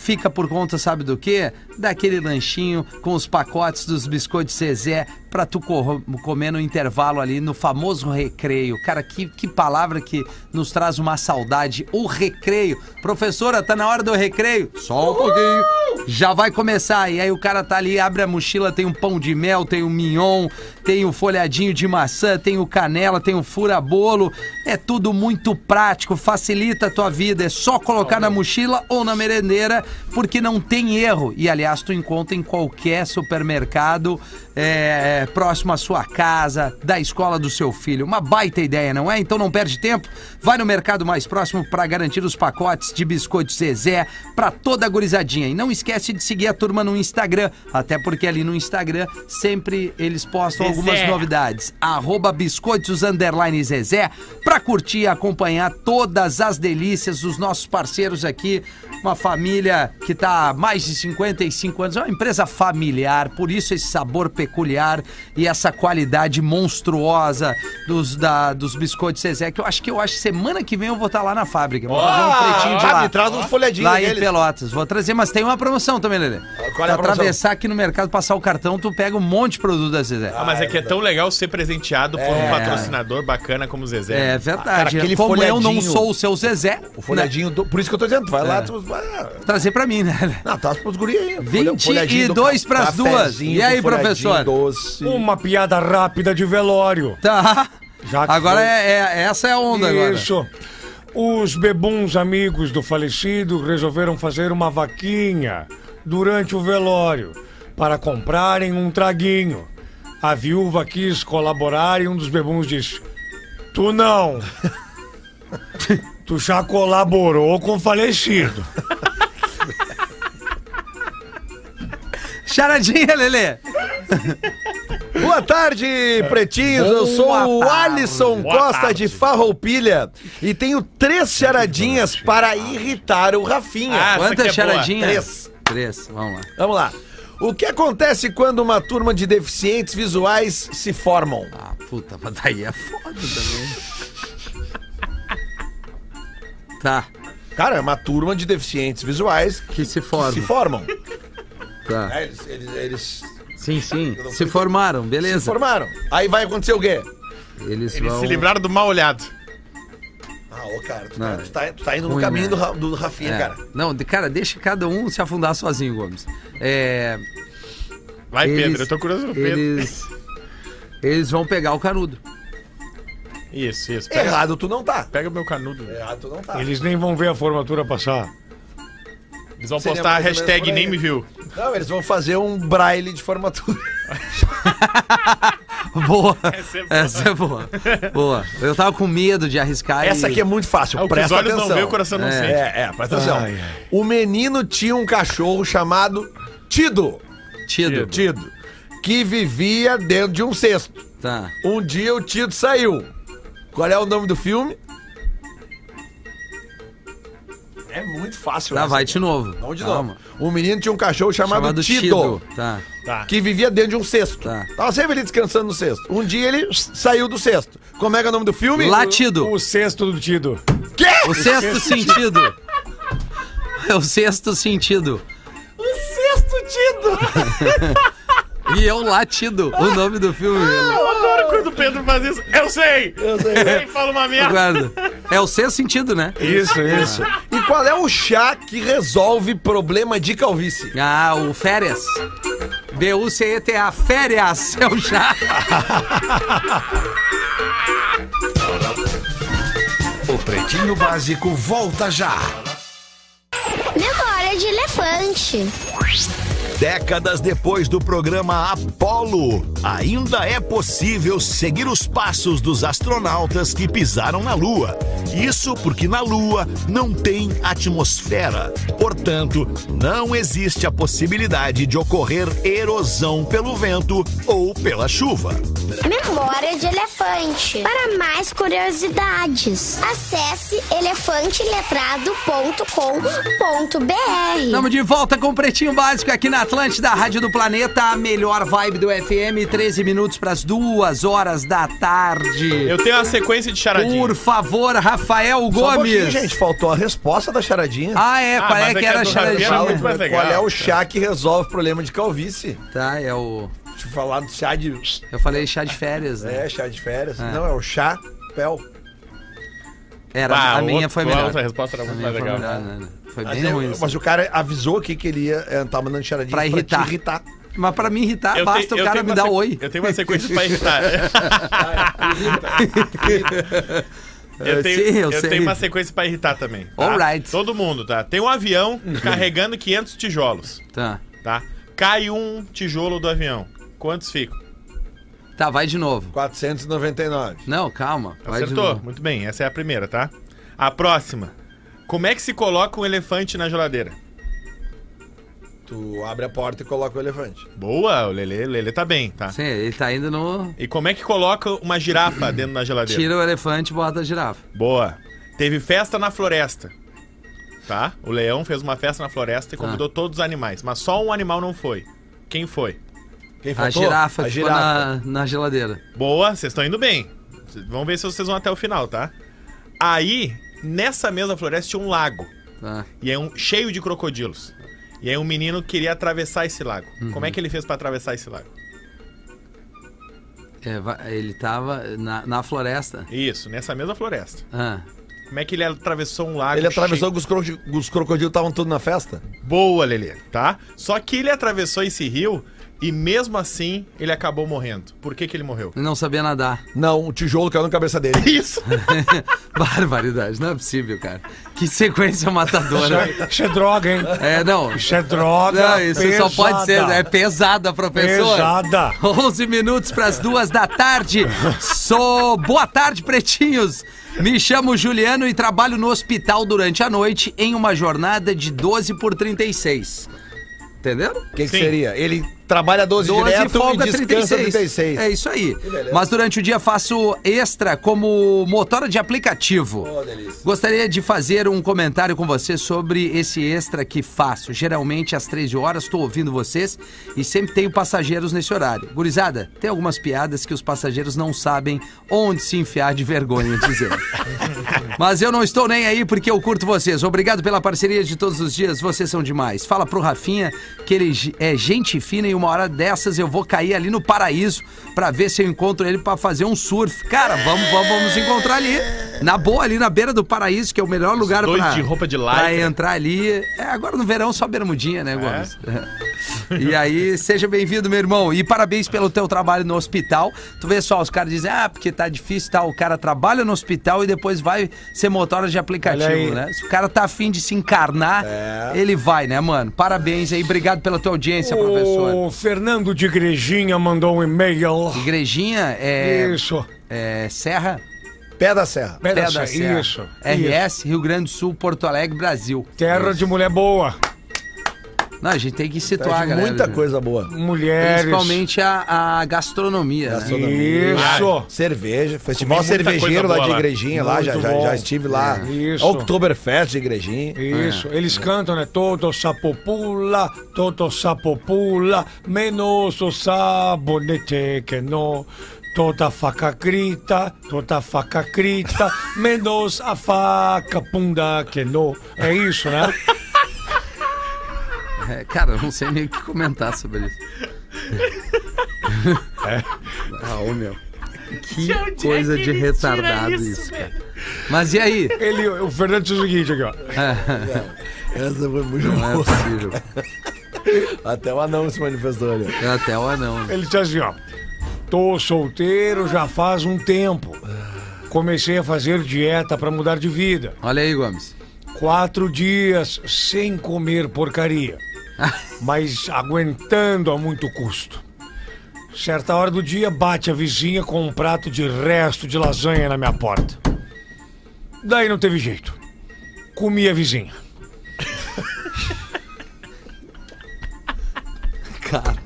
Speaker 4: fica por conta, sabe do quê? Daquele lanchinho com os pacotes dos biscoitos Zezé pra tu corro- comer no intervalo ali, no famoso recreio. Cara, que, que palavra que nos traz uma saudade. O recreio. Professora, tá na hora do recreio? Só um pouquinho. Já vai começar. E aí o cara tá ali, abre a mochila, tem um pão de mel, tem um mignon, tem o folhadinho de maçã, tem o canela, tem o furabolo. É tudo muito prático, facilita a tua vida. É só colocar na mochila ou na merendeira, porque não tem erro. E aliás, tu encontra em qualquer supermercado, é, é próximo à sua casa, da escola do seu filho. Uma baita ideia, não é? Então não perde tempo. Vai no mercado mais próximo para garantir os pacotes de biscoitos Zezé para toda a gurizadinha. E não esquece de seguir a turma no Instagram, até porque ali no Instagram sempre eles postam algumas novidades. Arroba biscoitos underline Zezé para curtir e acompanhar todas as delícias dos nossos parceiros aqui. Uma família que está há mais de 55 anos, é uma empresa familiar, por isso esse sabor peculiar e essa qualidade monstruosa dos, da- dos biscoitos Zezé, que eu acho que eu acho que semana que vem eu vou estar lá na fábrica. Vou fazer um pretinho de
Speaker 6: Ah,
Speaker 4: lá.
Speaker 6: me traz uns folhadinhos
Speaker 4: Lá em
Speaker 6: deles.
Speaker 4: Pelotas. Vou trazer, mas tem uma promoção também, Lelê.
Speaker 6: Qual é a
Speaker 4: Pra
Speaker 6: promoção?
Speaker 4: atravessar aqui no mercado, passar o cartão, tu pega um monte de produto da Zezé.
Speaker 5: Ah, mas é que é tão legal ser presenteado por um patrocinador bacana como o Zezé.
Speaker 4: É verdade.
Speaker 6: Cara, aquele
Speaker 4: Como eu não
Speaker 6: folhadinho-
Speaker 4: sou o seu Zezé,
Speaker 6: O folhadinho do... Por isso que eu tô dizendo, tu vai
Speaker 4: É.
Speaker 6: lá, tu... Ah,
Speaker 4: né, trazer pra mim, né?
Speaker 6: Não, traz pros guri aí. folha- folhadinho do
Speaker 4: 22 pras
Speaker 6: cafezinho,
Speaker 4: duas. E aí,
Speaker 6: folhadinho
Speaker 4: professor?
Speaker 6: Doce.
Speaker 7: Uma piada rápida de velório.
Speaker 4: *laughs* Tá.
Speaker 7: Já que
Speaker 4: agora
Speaker 7: foi.
Speaker 4: é, é- essa é a onda agora.
Speaker 7: Isso. Os bebuns amigos do falecido resolveram fazer uma vaquinha durante o velório para comprarem um traguinho. A viúva quis colaborar e um dos bebuns disse:
Speaker 6: *laughs*
Speaker 7: Tu não. tu já colaborou com o falecido.
Speaker 4: Charadinha, Lelê.
Speaker 6: Boa tarde, pretinhos. Eu sou o Alisson Costa de Farroupilha e tenho três charadinhas para irritar o
Speaker 5: Ah,
Speaker 6: Rafinha.
Speaker 5: essa aqui
Speaker 4: Quantas
Speaker 5: é
Speaker 4: charadinhas?
Speaker 6: Três.
Speaker 4: Três, vamos lá.
Speaker 6: Vamos lá. O que acontece quando uma turma de deficientes visuais se formam?
Speaker 4: Ah, puta, mas daí é foda também.
Speaker 6: *laughs*
Speaker 4: tá,
Speaker 6: Cara, é uma turma de deficientes visuais que
Speaker 4: que se forma.
Speaker 6: se formam.
Speaker 4: Tá.
Speaker 6: É, Eles, eles- eles se
Speaker 4: Sim, sim. Se formaram, beleza.
Speaker 6: formaram. Aí vai acontecer o quê?
Speaker 4: Eles,
Speaker 5: Eles
Speaker 4: vão...
Speaker 5: se livraram do mal olhado.
Speaker 6: Ah, ô, cara, tu,
Speaker 4: Não.
Speaker 6: tá, tu tá- tu tá indo no
Speaker 4: Ruim,
Speaker 6: caminho
Speaker 4: né?
Speaker 6: do, Ra- do Rafinha,
Speaker 4: É.
Speaker 5: Tá
Speaker 6: cara.
Speaker 4: Não, de- cara, deixa cada um se afundar sozinho, Gomes. É,
Speaker 5: Vai,
Speaker 4: eles-
Speaker 5: É Pedro, eu tô curioso pro Pedro.
Speaker 4: Eles, eles vão pegar o canudo. *laughs*
Speaker 5: Isso, isso. Pega,
Speaker 6: Errado tu não tá.
Speaker 5: pega o meu canudo.
Speaker 6: Errado tu não tá.
Speaker 7: Eles nem vão ver a formatura passar.
Speaker 5: Eles vão
Speaker 6: Seria
Speaker 5: postar a
Speaker 6: mais ou menos
Speaker 5: hashtag É
Speaker 6: por aí.
Speaker 5: nem me viu.
Speaker 6: Não, eles vão fazer um braille
Speaker 5: *laughs*
Speaker 6: de formatura.
Speaker 4: Boa.
Speaker 5: Essa é boa.
Speaker 4: Essa é boa. Boa. Eu tava com medo de arriscar.
Speaker 6: Essa
Speaker 4: e-
Speaker 6: aqui é muito fácil,
Speaker 5: É o que os
Speaker 6: presta
Speaker 5: olhos
Speaker 6: atenção.
Speaker 5: não veem, o coração não
Speaker 4: É.
Speaker 5: sente.
Speaker 6: É, é, presta atenção.
Speaker 7: Ai, ai.
Speaker 6: O menino tinha um cachorro chamado Tido,
Speaker 4: Tido.
Speaker 6: Tido, que vivia dentro de um cesto.
Speaker 4: Tá.
Speaker 6: Um dia o Tido saiu. Qual é o nome do filme? É muito fácil.
Speaker 4: Tá,
Speaker 6: essa.
Speaker 4: vai de novo.
Speaker 6: Vamos de
Speaker 4: Calma.
Speaker 6: novo. O menino tinha um cachorro chamado,
Speaker 4: Chamado
Speaker 6: Tido,
Speaker 4: Tido. Tá.
Speaker 6: que vivia dentro de um cesto.
Speaker 4: Tá.
Speaker 6: Tava sempre ali descansando no cesto. Um dia ele saiu do cesto. Como é que é o nome do filme?
Speaker 4: Latido.
Speaker 7: O sexto do Tido.
Speaker 4: O sexto sentido. *laughs* É o sexto sentido.
Speaker 6: Sexto Tido!
Speaker 4: *laughs* E eu latido. O nome do filme.
Speaker 6: *laughs*
Speaker 5: Eu adoro quando o Pedro faz isso. Eu sei! Eu *laughs* sei. Ele fala uma merda.
Speaker 4: Guarda. É o sexto sentido, né?
Speaker 7: Isso, isso.
Speaker 6: E qual é o chá que resolve problema de calvície?
Speaker 4: Ah, o férias. B-U-C-E-T-A. Férias. É o chá.
Speaker 1: O Pretinho Básico volta já.
Speaker 8: Memória de elefante.
Speaker 1: Décadas depois do programa Apollo, ainda é possível seguir os passos dos astronautas que pisaram na Lua. Isso porque na Lua não tem atmosfera. Portanto, não existe a possibilidade de ocorrer erosão pelo vento ou pela chuva.
Speaker 8: Memória de elefante. Para mais curiosidades, acesse elefanteletrado.com.br.
Speaker 4: Estamos de volta com o Pretinho Básico aqui na Atlântida, a Rádio do Planeta, a melhor vibe do FM, 13 minutos para as duas horas da tarde.
Speaker 5: Eu tenho uma sequência de charadinhas.
Speaker 4: Por favor, Rafael
Speaker 6: Só um pouquinho,
Speaker 4: Gomes.
Speaker 6: gente, faltou a resposta da charadinha.
Speaker 4: ah, é,
Speaker 5: Ah,
Speaker 4: qual
Speaker 5: mas
Speaker 4: é
Speaker 5: é
Speaker 4: que
Speaker 5: que
Speaker 4: era
Speaker 5: a
Speaker 4: a
Speaker 5: do né? Rafinha era muito
Speaker 4: charadinha?
Speaker 5: mais legal.
Speaker 6: Qual é o chá que resolve problema de calvície?
Speaker 4: Tá, é o.
Speaker 6: Deixa eu falar do chá de...
Speaker 4: Eu falei chá de férias, né?
Speaker 6: É, chá de férias. Não, é o chá pel.
Speaker 4: Era,
Speaker 5: Ah,
Speaker 4: a
Speaker 5: o
Speaker 4: minha
Speaker 5: outro-
Speaker 4: foi melhor.
Speaker 5: A outra resposta era
Speaker 4: A
Speaker 5: muito
Speaker 4: minha
Speaker 5: mais
Speaker 4: foi
Speaker 5: legal.
Speaker 4: melhor, né, né? Foi
Speaker 6: Mas,
Speaker 4: bem
Speaker 6: eu-
Speaker 4: ruim. isso.
Speaker 6: mas o cara avisou aqui que ele ia é, tá mandando charadinha
Speaker 4: Pra irritar.
Speaker 6: te irritar.
Speaker 4: Mas pra me irritar,
Speaker 5: Eu
Speaker 4: basta
Speaker 5: tenho-
Speaker 4: o
Speaker 5: eu
Speaker 4: cara
Speaker 5: tenho
Speaker 4: me
Speaker 5: uma
Speaker 4: dar
Speaker 5: se-
Speaker 4: oi.
Speaker 5: Eu tenho uma sequência pra
Speaker 4: *laughs*
Speaker 5: irritar. Eu tenho,
Speaker 4: É, Sim, eu
Speaker 5: eu
Speaker 4: sei.
Speaker 5: tenho uma sequência pra irritar também. Tá?
Speaker 4: Alright.
Speaker 5: Todo mundo, tá? Tem um avião
Speaker 4: Uhum.
Speaker 5: carregando 500 tijolos,
Speaker 4: Tá.
Speaker 5: tá? Cai um tijolo do avião. Quantos ficam?
Speaker 4: Tá, vai de novo.
Speaker 6: 499.
Speaker 4: Não, calma. Vai De
Speaker 5: Acertou.
Speaker 4: novo.
Speaker 5: Muito bem, essa é a primeira, tá? A próxima. Como é que se coloca um elefante na geladeira?
Speaker 6: Tu abre a porta e coloca o elefante.
Speaker 5: Boa, o Lele, Lele tá bem, tá?
Speaker 4: Sim, ele tá indo no.
Speaker 5: E como é que coloca uma girafa dentro da geladeira?
Speaker 4: Tira o elefante e bota a girafa.
Speaker 5: Boa. Teve festa na floresta. Tá? O leão fez uma festa na floresta e
Speaker 6: Tá.
Speaker 5: convidou todos os animais, mas só um animal não foi. Quem foi?
Speaker 6: Quem
Speaker 4: A
Speaker 6: faltou?
Speaker 4: girafa
Speaker 6: A
Speaker 4: ficou
Speaker 6: girafa.
Speaker 4: na, na geladeira.
Speaker 5: Boa, vocês estão indo bem. Cês- Vamos ver se vocês vão até o final, tá? Aí, nessa mesma floresta tinha um lago.
Speaker 4: Tá.
Speaker 5: E é um cheio de crocodilos. E aí um menino queria atravessar esse lago.
Speaker 6: Uhum.
Speaker 5: Como é que ele fez pra atravessar esse lago?
Speaker 4: É, vai- ele tava na, na floresta.
Speaker 5: Isso, nessa mesma floresta.
Speaker 4: Ah.
Speaker 5: Como é que ele atravessou um lago?
Speaker 6: Ele
Speaker 5: cheio-
Speaker 6: atravessou que os, cro os crocodilos estavam tudo na festa?
Speaker 5: Boa, Lelê, tá? Só que ele atravessou esse rio e mesmo assim ele acabou morrendo. Por que que ele
Speaker 6: *laughs*
Speaker 5: morreu?
Speaker 4: Não sabia nadar. *laughs*
Speaker 6: Não, o tijolo caiu na cabeça dele.
Speaker 5: Isso!
Speaker 4: Barbaridade, não é possível, cara. Que sequência
Speaker 6: *laughs*
Speaker 4: matadora.
Speaker 7: Isso é droga, hein?
Speaker 4: É, não.
Speaker 7: Isso é droga.
Speaker 4: Não, isso só pode ser. É pesada, professor. *laughs*
Speaker 7: Pesada.
Speaker 4: 11 minutos para as duas da tarde. Sou. Boa tarde, pretinhos. Me chamo Juliano e trabalho no hospital durante a noite em uma jornada de 12 por 36. Entenderam?
Speaker 6: O que, que
Speaker 5: Sim.
Speaker 6: seria? Ele trabalha 12,
Speaker 4: 12
Speaker 6: direto
Speaker 4: folga
Speaker 6: e descansa
Speaker 4: 36.
Speaker 6: 36.
Speaker 4: É isso aí. Mas durante o dia faço extra como motora de aplicativo. Gostaria de fazer um comentário com você sobre esse extra que faço. Geralmente às 13 horas estou ouvindo vocês e sempre tenho passageiros nesse horário. Gurizada, tem algumas piadas que os passageiros não sabem onde se enfiar de vergonha dizendo.
Speaker 6: *laughs*
Speaker 4: Mas eu não estou nem aí porque eu curto vocês. Obrigado pela parceria de todos os dias, vocês são demais. Fala pro Rafinha que ele ge- é gente fina e uma hora dessas eu vou cair ali no paraíso pra ver se eu encontro ele pra fazer um surf. Cara, vamos, vamos, vamos encontrar ali. Na boa, ali na beira do paraíso, que é o melhor lugar
Speaker 5: dois
Speaker 4: pra,
Speaker 5: de roupa de né? É? lycra.
Speaker 4: pra entrar ali. É, agora no verão só bermudinha, né, Gomes? *laughs* E aí, seja bem-vindo, meu irmão. E parabéns pelo teu trabalho no hospital. Tu vê só, os caras dizem, ah, porque tá difícil, tá? O cara trabalha no hospital e depois vai ser motora de
Speaker 7: Olha aí. É.
Speaker 4: aplicativo, né? Se o cara tá afim de se encarnar, ele vai, né, mano? Parabéns aí, obrigado pela tua audiência, professor.
Speaker 7: O Fernando de Igrejinha mandou um e-mail.
Speaker 4: Igrejinha é,
Speaker 7: Isso.
Speaker 4: é Serra, É.
Speaker 6: Pé da serra.
Speaker 7: Pé da
Speaker 4: Pé da
Speaker 7: Serra.
Speaker 4: Serra.
Speaker 7: assim,
Speaker 4: RS,
Speaker 7: Isso.
Speaker 4: Rio Grande do Sul, Porto Alegre, Brasil.
Speaker 7: Terra de mulher boa.
Speaker 4: Não, a gente tem que
Speaker 6: Pede
Speaker 4: situar, galera. né?
Speaker 6: muita coisa boa.
Speaker 7: Mulheres.
Speaker 4: Principalmente a, a gastronomia, né?
Speaker 6: Gastronomia.
Speaker 7: Isso.
Speaker 6: Cerveja, festival
Speaker 5: Comi muita
Speaker 6: cervejeiro
Speaker 5: coisa boa
Speaker 6: lá né, de
Speaker 5: lá.
Speaker 6: Igrejinha, lá,
Speaker 7: Muito
Speaker 6: já, já,
Speaker 7: bom.
Speaker 6: já estive lá.
Speaker 7: Isso.
Speaker 6: Oktoberfest de Igrejinha.
Speaker 7: Isso, eles cantam, né? Todo sapo pula, todo sapo pula, menos o sabonete que não. Toda faca grita, toda faca grita, menos a faca punda que não. É isso, né?
Speaker 4: É, cara, eu não sei nem o que comentar sobre isso.
Speaker 6: É?
Speaker 4: *laughs* Ah, ô meu. Que coisa de retardado isso, cara. Mas e aí?
Speaker 7: Ele, o Fernando diz o seguinte aqui, ó.
Speaker 6: Essa foi muito
Speaker 4: Não é possível.
Speaker 6: Até o anão se manifestou ali.
Speaker 4: Eu Até o anão.
Speaker 7: Ele diz assim, ó. Tô solteiro já faz um tempo. Comecei a fazer dieta pra mudar de vida.
Speaker 4: Olha aí, Gomes.
Speaker 7: Quatro dias sem comer porcaria, mas aguentando a muito custo. Certa hora do dia, bate a vizinha com um prato de resto de lasanha na minha porta. Daí não teve jeito. Comi a vizinha.
Speaker 4: Cara.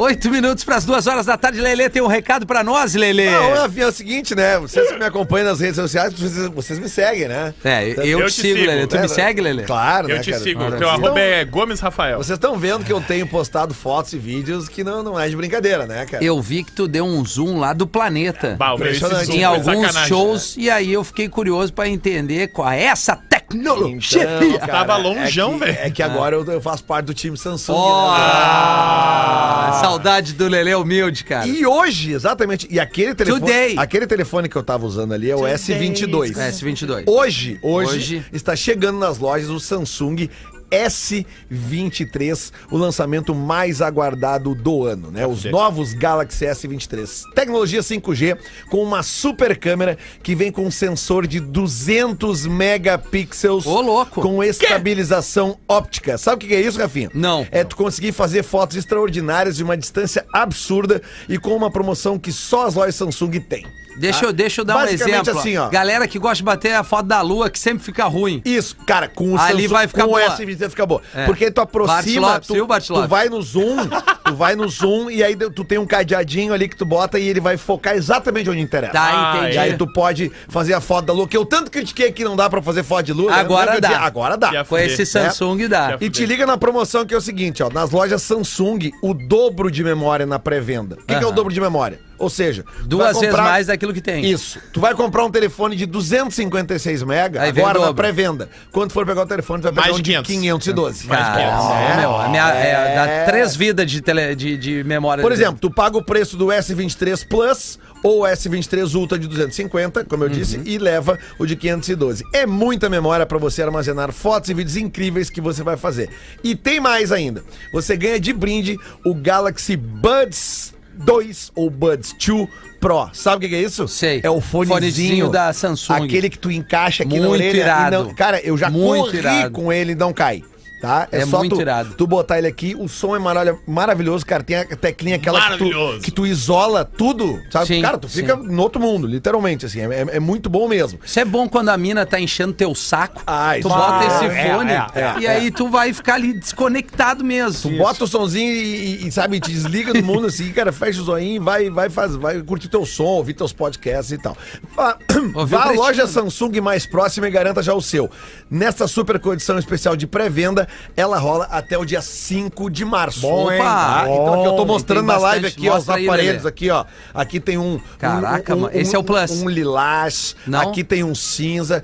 Speaker 4: Oito minutos para as duas horas da tarde, Lelê tem um recado para nós, Lelê.
Speaker 6: Não, Rafinha, é o seguinte, né? Vocês que me acompanham nas redes sociais, vocês, vocês me seguem, né?
Speaker 4: É, eu,
Speaker 5: Eu
Speaker 4: te
Speaker 5: te
Speaker 4: sigo,
Speaker 5: sigo,
Speaker 4: Lelê. Tu
Speaker 6: É,
Speaker 4: me segue, Lelê?
Speaker 6: Claro,
Speaker 5: Eu
Speaker 6: né,
Speaker 5: te
Speaker 6: cara?
Speaker 5: sigo.
Speaker 6: Vocês
Speaker 5: Teu
Speaker 6: tão-
Speaker 5: arroba é Gomes Rafael.
Speaker 6: Vocês estão vendo que eu tenho postado fotos e vídeos que não, não é de brincadeira, né, cara?
Speaker 4: Eu vi que tu deu um zoom lá do planeta.
Speaker 5: Bah, meu, esse
Speaker 6: Impressionante.
Speaker 5: zoom
Speaker 4: em
Speaker 5: foi
Speaker 4: alguns
Speaker 5: sacanagem. né?
Speaker 4: shows e aí eu fiquei curioso pra entender qual é essa tecnologia.
Speaker 6: Então, cara,
Speaker 5: Tava longeão,
Speaker 6: é que-
Speaker 5: velho.
Speaker 6: É que agora eu, eu faço parte do time Samsung.
Speaker 4: Ó,
Speaker 6: né? Ah.
Speaker 4: Saudade do Lelê humilde, cara.
Speaker 6: E hoje, exatamente, e aquele telefone,
Speaker 4: Today.
Speaker 6: aquele telefone que eu tava usando ali é o S22.
Speaker 4: S22.
Speaker 6: Hoje, hoje,
Speaker 4: Hoje.
Speaker 6: está chegando nas lojas o Samsung S23, o lançamento mais aguardado do ano, né? Os novos Galaxy S23. Tecnologia 5G com uma super câmera que vem com um sensor de 200 megapixels.
Speaker 4: Ô, louco!
Speaker 6: Com estabilização óptica. Sabe o que que é isso, Rafinha?
Speaker 4: Não.
Speaker 6: É tu conseguir fazer fotos extraordinárias de uma distância absurda e com uma promoção que só as lojas Samsung têm.
Speaker 4: Deixa, eu, deixa eu dar um
Speaker 6: Basicamente
Speaker 4: exemplo. ó.
Speaker 6: assim, ó.
Speaker 4: Galera que gosta de bater a foto da lua, que sempre fica ruim.
Speaker 6: Isso, cara, com o
Speaker 4: Ali vai ficar
Speaker 6: com
Speaker 4: boa.
Speaker 6: o S23 fica boa.
Speaker 4: É.
Speaker 6: Porque aí tu aproxima,
Speaker 4: Bart Lopes,
Speaker 6: tu,
Speaker 4: viu, Bart
Speaker 6: tu
Speaker 4: Lopes?
Speaker 6: vai
Speaker 4: *laughs*
Speaker 6: no zoom, tu vai no zoom e aí tu tem um cadeadinho ali que tu bota e ele vai focar exatamente onde interessa.
Speaker 4: Tá, entendi.
Speaker 6: E Ah, aí tu pode fazer a foto da lua, que eu tanto critiquei que não dá pra fazer foto de lua. né?
Speaker 4: Agora
Speaker 6: Lembra que eu
Speaker 4: dá.
Speaker 6: dizia, Agora dá.
Speaker 5: E a
Speaker 4: Com esse
Speaker 6: É.
Speaker 4: Samsung dá.
Speaker 5: Já-
Speaker 6: E te liga na promoção que é o seguinte, ó, nas lojas Samsung, o dobro de memória na pré-venda. O que, que é o
Speaker 4: Aham.
Speaker 6: dobro de memória? Ou seja, tu vai
Speaker 4: Duas vezes
Speaker 6: comprar-
Speaker 4: mais daquilo que tem.
Speaker 6: Isso. Tu vai comprar um telefone de 256 mega
Speaker 4: Aí vem
Speaker 6: agora
Speaker 4: o
Speaker 6: na
Speaker 4: dobro.
Speaker 6: pré-venda. Quando tu for pegar o telefone, tu vai pegar
Speaker 5: Mais
Speaker 6: um
Speaker 5: de 500.
Speaker 6: 512.
Speaker 4: Cara,
Speaker 5: É.
Speaker 4: meu, a minha- é,
Speaker 6: É.
Speaker 4: dá três vidas de, tele, de, de memória.
Speaker 6: Por exemplo, tu paga o preço do S23 Plus ou S23 Ultra de 250, como eu
Speaker 4: Uhum.
Speaker 6: disse, e leva o de 512. É muita memória para você armazenar fotos e vídeos incríveis que você vai fazer. E tem mais ainda. Você ganha de brinde o Galaxy Buds 2 ou Buds 2 Pro. Sabe o que que é isso?
Speaker 4: Sei.
Speaker 6: É o fonezinho,
Speaker 4: Fonezinho da Samsung.
Speaker 6: Aquele que tu encaixa aqui na
Speaker 4: Muito
Speaker 6: orelha. e
Speaker 4: irado.
Speaker 6: não- cara, eu já
Speaker 4: Muito
Speaker 6: corri
Speaker 4: irado.
Speaker 6: com ele e não cai. Tá?
Speaker 4: É muito
Speaker 6: tu,
Speaker 4: irado.
Speaker 6: tu botar ele aqui, o som é maravilha- maravilhoso, cara. Tem a teclinha aquela que tu,
Speaker 5: Maravilhoso.
Speaker 6: que tu isola tudo, sabe?
Speaker 4: Sim,
Speaker 6: cara, tu fica
Speaker 4: sim.
Speaker 6: no outro mundo, literalmente, assim. É, é- é muito bom mesmo.
Speaker 4: Isso é bom quando a mina tá enchendo teu saco.
Speaker 6: Ah, isso
Speaker 4: tu bota
Speaker 6: é-
Speaker 4: esse
Speaker 6: é,
Speaker 4: fone
Speaker 6: é, é,
Speaker 4: e
Speaker 6: é.
Speaker 4: aí tu vai ficar ali desconectado mesmo.
Speaker 6: Tu bota o sonzinho e, e- e, sabe, te desliga do mundo assim, cara, fecha o zoinho e vai, vai, faz, vai curtir teu som, ouvir teus podcasts e tal. Vá,
Speaker 4: Ouviu
Speaker 6: vá à
Speaker 4: pretinho,
Speaker 6: loja
Speaker 4: né?
Speaker 6: Samsung mais próxima e garanta já o seu. Nesta super condição especial de pré-venda, ela rola até o dia 5 de março.
Speaker 7: Bom, hein?
Speaker 6: Tá? Então aqui eu tô
Speaker 4: Bom.
Speaker 6: mostrando
Speaker 4: Tem
Speaker 6: na live
Speaker 4: bastante.
Speaker 6: aqui, ó, os
Speaker 4: Mostra aí,
Speaker 6: aparelhos
Speaker 4: Lelê.
Speaker 6: aqui, ó. Aqui tem um... um-
Speaker 4: Caraca, mano, esse é o Plus.
Speaker 6: Um lilás,
Speaker 4: Não?
Speaker 6: aqui tem um cinza...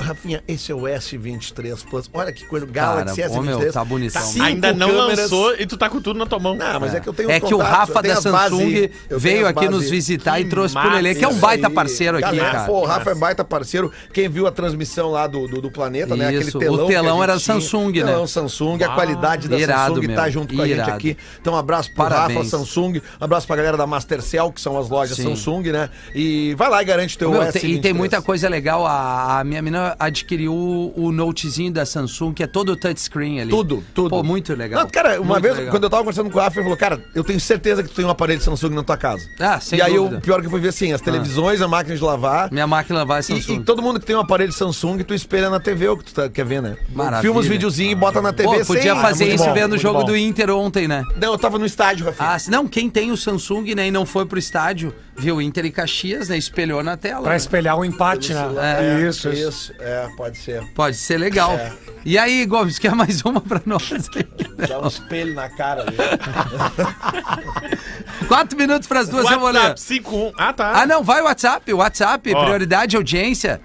Speaker 6: Rafinha, esse é o S23 Plus. Olha que coisa, o
Speaker 4: Cara,
Speaker 6: Galaxy S23.
Speaker 4: ô, meu, tá bonitão.
Speaker 6: cinco
Speaker 5: Ainda não
Speaker 6: câmeras.
Speaker 5: lançou e tu tá com tudo na tua mão.
Speaker 6: Não, mas é, que eu tenho
Speaker 4: é
Speaker 6: os
Speaker 4: que o
Speaker 6: contatos, eu
Speaker 4: Rafa
Speaker 6: tenho
Speaker 4: da
Speaker 6: as bases,
Speaker 4: Samsung
Speaker 6: eu
Speaker 4: veio
Speaker 6: tenho as
Speaker 4: aqui nos
Speaker 6: bases.
Speaker 4: visitar e
Speaker 5: Que
Speaker 4: trouxe pro Lelê, que é um
Speaker 5: massa,
Speaker 4: baita
Speaker 6: Aí,
Speaker 4: parceiro aqui,
Speaker 6: galera,
Speaker 4: cara.
Speaker 6: Pô, o Rafa é baita parceiro. Quem viu a transmissão lá do, do, do planeta, né? Aquele
Speaker 4: Isso,
Speaker 6: telão.
Speaker 4: o telão
Speaker 6: que a
Speaker 4: era
Speaker 6: gente tinha.
Speaker 4: Samsung, né?
Speaker 6: Telão Samsung, a qualidade da
Speaker 4: irado,
Speaker 6: Samsung tá
Speaker 4: meu,
Speaker 6: junto com a gente
Speaker 4: irado.
Speaker 6: aqui. Então, um abraço pro
Speaker 4: Parabéns.
Speaker 6: Rafa Samsung, um abraço pra galera da Mastercell, que são as lojas
Speaker 4: Sim.
Speaker 6: Samsung, né? E vai lá e garante o teu
Speaker 4: Meu,
Speaker 6: S23.
Speaker 4: tem- e tem muita coisa legal. A, a minha menina adquiriu o, o notezinho da Samsung, que é todo touchscreen ali.
Speaker 6: Tudo, tudo.
Speaker 4: Pô, muito legal.
Speaker 6: Não, cara, uma
Speaker 4: Muito
Speaker 6: vez,
Speaker 4: legal.
Speaker 6: quando eu tava conversando com o Rafa, ele falou, cara, eu tenho certeza que tu tem um aparelho Samsung na tua casa.
Speaker 4: Ah, sem
Speaker 6: E aí,
Speaker 4: dúvida. Ah.
Speaker 6: o pior que eu fui ver, assim, as televisões, a máquina de lavar,
Speaker 4: Minha máquina vai
Speaker 6: E- E,
Speaker 4: Samsung.
Speaker 6: todo mundo que tem um aparelho Samsung, tu espelha na TV o que tu tá- quer ver, né?
Speaker 4: Maravilha.
Speaker 6: Filma os videozinhos e bota na TV
Speaker 4: Pô, podia
Speaker 6: sem-
Speaker 4: fazer
Speaker 6: É muito
Speaker 4: isso
Speaker 6: bom,
Speaker 4: vendo o
Speaker 6: muito
Speaker 4: jogo
Speaker 6: bom.
Speaker 4: do Inter ontem, né?
Speaker 6: Não, eu tava no estádio, Rafinha.
Speaker 4: Ah, se- não, quem tem o Samsung né, e não foi pro estádio, viu Inter e Caxias, né? Espelhou na tela.
Speaker 7: Pra
Speaker 4: né?
Speaker 7: espelhar o empate, né?
Speaker 4: É,
Speaker 7: isso, isso.
Speaker 6: É, pode ser.
Speaker 4: Pode ser legal.
Speaker 6: É.
Speaker 4: E aí, Gomes, quer mais uma pra nós?
Speaker 6: Dá um espelho na cara ali.
Speaker 4: *laughs* Quatro minutos pras duas, eu vou ler.
Speaker 5: WhatsApp 51. Ah, tá.
Speaker 4: Ah, não, vai o WhatsApp, o WhatsApp,
Speaker 5: Ó.
Speaker 4: prioridade audiência.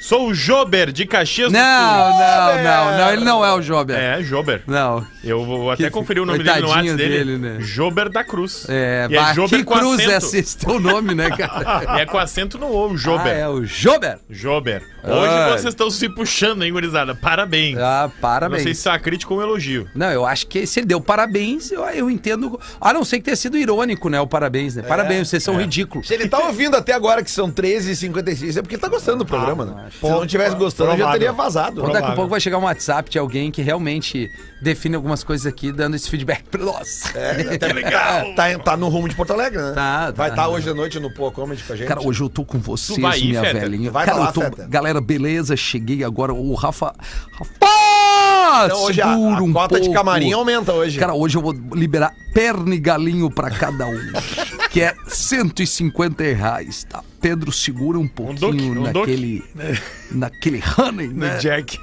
Speaker 5: Sou o Jober de Caxias
Speaker 4: Não, não, não, não, ele não é o Jober.
Speaker 5: É, Jober.
Speaker 4: Não.
Speaker 5: Eu vou até
Speaker 4: Que-
Speaker 5: conferir o nome dele no WhatsApp
Speaker 4: coitadinho dele,
Speaker 5: dele.
Speaker 4: né?
Speaker 5: Jober da Cruz.
Speaker 4: É,
Speaker 5: e
Speaker 4: bah,
Speaker 5: é Jober
Speaker 4: que
Speaker 5: com
Speaker 4: cruz é
Speaker 5: acento.
Speaker 4: esse teu nome, né, cara?
Speaker 5: *laughs* E é com acento no O, o *laughs* Jober.
Speaker 4: Ah, é o Jober.
Speaker 5: Jober. Hoje
Speaker 4: Ah.
Speaker 5: vocês estão se puxando, hein, gurizada? Parabéns.
Speaker 4: Ah,
Speaker 5: Não
Speaker 4: parabéns.
Speaker 5: sei se é uma crítica ou um elogio.
Speaker 4: Não, eu acho que se ele deu parabéns, eu, eu entendo. A não ser que tenha sido irônico, né? O parabéns, né?
Speaker 6: É.
Speaker 4: Parabéns, vocês são ridículos.
Speaker 6: Se ele tá ouvindo até agora que são 13h56, é porque ele tá gostando do
Speaker 4: Ah,
Speaker 6: programa, né? Se não tivesse gostando, ele já
Speaker 7: Provável.
Speaker 6: teria vazado. né?
Speaker 4: Então, daqui a pouco vai chegar um WhatsApp de alguém que realmente define algumas coisas aqui, dando esse feedback pra nós.
Speaker 6: Tá
Speaker 5: *laughs*
Speaker 6: legal. Tá, tá no rumo de Porto Alegre, né?
Speaker 4: Tá, tá.
Speaker 6: Vai estar hoje à noite no Pô Comedy com a gente.
Speaker 4: Cara, hoje eu tô com vocês,
Speaker 5: Tu vai ir,
Speaker 4: minha
Speaker 5: Feta?
Speaker 4: velhinha.
Speaker 6: Vai
Speaker 4: Cara,
Speaker 6: pra lá,
Speaker 4: eu tô-
Speaker 6: Feta.
Speaker 4: Galera, beleza? Cheguei agora. O Rafa. Rafa!
Speaker 6: Então, hoje a- a
Speaker 4: segura um
Speaker 6: cota de
Speaker 4: pouco.
Speaker 6: camarim aumenta hoje.
Speaker 4: Cara, hoje eu vou liberar perna e galinho pra cada
Speaker 6: *laughs*
Speaker 4: um. que é 150 reais, tá? Pedro, segura um pouquinho
Speaker 5: doc, um doc.
Speaker 4: naquele.
Speaker 5: *laughs*
Speaker 4: naquele honey, né?
Speaker 7: Jack.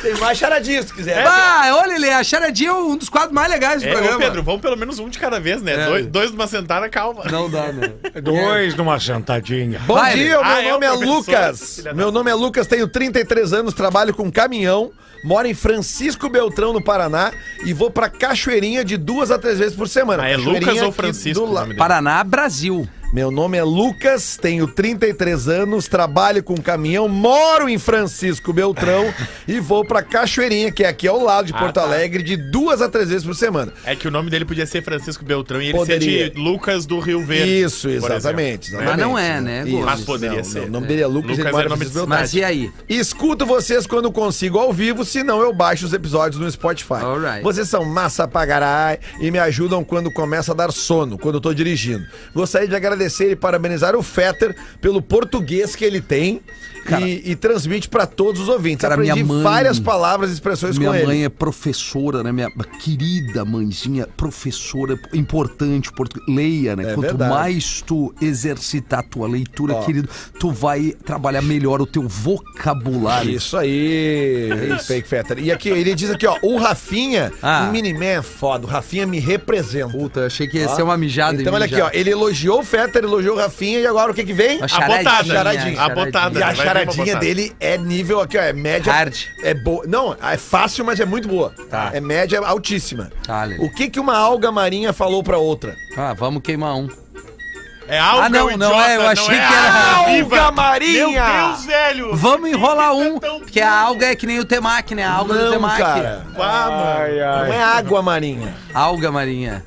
Speaker 6: Tem mais charadinhas se quiser.
Speaker 4: Ah, olha, Lê, a charadinha é um dos quadros mais legais do
Speaker 5: É,
Speaker 4: programa.
Speaker 5: ô Pedro, vamos pelo menos um de cada vez, né?
Speaker 4: É.
Speaker 5: Dois, dois numa sentada, calma.
Speaker 4: Não dá, né?
Speaker 7: Dois numa sentadinha.
Speaker 6: É Bom
Speaker 4: Vai,
Speaker 6: dia,
Speaker 4: Lê.
Speaker 6: meu
Speaker 5: Ah, é o
Speaker 6: nome é,
Speaker 5: professor,
Speaker 6: Lucas.
Speaker 5: filha da-
Speaker 6: Meu nome é Lucas, tenho 33 anos, trabalho com caminhão, moro em Francisco Beltrão, no Paraná, e vou pra Cachoeirinha de duas a três vezes por semana.
Speaker 5: Ah, é
Speaker 6: Cachoeirinha
Speaker 5: Lucas ou
Speaker 6: aqui
Speaker 5: Francisco
Speaker 6: do
Speaker 5: o
Speaker 6: la-
Speaker 5: nome dele?
Speaker 4: Paraná, Brasil.
Speaker 6: Meu nome é Lucas, tenho 33 anos, trabalho com caminhão, moro em Francisco
Speaker 5: *laughs*
Speaker 6: Beltrão e vou pra Cachoeirinha, que é aqui ao lado
Speaker 5: Ah,
Speaker 6: de
Speaker 5: tá.
Speaker 6: Porto Alegre, de duas a três vezes por semana.
Speaker 5: É que o nome dele podia ser Francisco Beltrão e ele
Speaker 6: Poderia.
Speaker 5: ser de Lucas do Rio Verde.
Speaker 6: Isso,
Speaker 5: por exemplo.
Speaker 6: exatamente.
Speaker 5: Né?
Speaker 6: exatamente.
Speaker 4: Mas não é, né,
Speaker 6: Isso,
Speaker 4: Gomes?
Speaker 5: Mas poderia
Speaker 6: não,
Speaker 5: ser.
Speaker 6: Não, o nome dele é Lucas,
Speaker 5: Lucas
Speaker 6: ele
Speaker 5: é
Speaker 6: mora em
Speaker 5: nome de
Speaker 6: Francisco Beltrão.
Speaker 4: Mas e aí?
Speaker 6: Escuto vocês quando consigo ao vivo, senão eu baixo os episódios no Spotify.
Speaker 4: Alright.
Speaker 6: Vocês são massa pra caralho e me ajudam quando começa a dar sono, quando eu tô dirigindo. Gostaria de agradecer e parabenizar o Fetter pelo português que ele tem e, e transmite pra todos os ouvintes.
Speaker 4: Cara,
Speaker 6: Aprendi
Speaker 4: minha mãe-
Speaker 6: várias palavras e expressões
Speaker 4: Minha
Speaker 6: com ele.
Speaker 4: mãe é professora, né? Minha querida mãezinha, professora importante. portu- Leia, né?
Speaker 6: É
Speaker 4: Quanto
Speaker 6: verdade.
Speaker 4: mais tu exercitar a tua leitura, querido, tu vai trabalhar melhor o teu vocabulário.
Speaker 6: Isso aí, fake Fetter. E aqui, ele diz aqui, ó, o Rafinha,
Speaker 4: Ah.
Speaker 6: o Minimé é foda, o Rafinha me representa.
Speaker 4: Puta, achei que ia ser uma mijada.
Speaker 6: Então olha aqui, ó, ele elogiou o Fetter, elogiou o Rafinha e agora o que que vem?
Speaker 4: A
Speaker 5: A
Speaker 4: charadinha,
Speaker 5: botada.
Speaker 6: charadinha.
Speaker 5: A botada.
Speaker 6: E a
Speaker 5: Vai vir uma
Speaker 6: charadinha
Speaker 5: botada.
Speaker 6: dele é nível aqui, ó. É média.
Speaker 4: Hard.
Speaker 6: É boa. Não, é fácil, mas é muito boa.
Speaker 4: Tá.
Speaker 6: É média altíssima.
Speaker 4: Tá, Lelê.
Speaker 6: o que que uma alga marinha falou pra outra?
Speaker 4: Ah, vamos queimar um.
Speaker 5: É alga,
Speaker 4: Ah, não,
Speaker 5: idiota,
Speaker 4: não é, eu achei que era-
Speaker 5: alga
Speaker 6: Alga
Speaker 5: viva.
Speaker 6: marinha!
Speaker 5: Meu Deus, velho!
Speaker 4: Vamos enrolar um,
Speaker 5: Tá tão
Speaker 4: porque a alga é que nem o temaki, né? A alga do
Speaker 6: Não,
Speaker 4: temaki.
Speaker 6: cara.
Speaker 5: Ah, mano.
Speaker 7: Ai,
Speaker 6: Não
Speaker 7: ai.
Speaker 6: é água marinha.
Speaker 4: Alga marinha.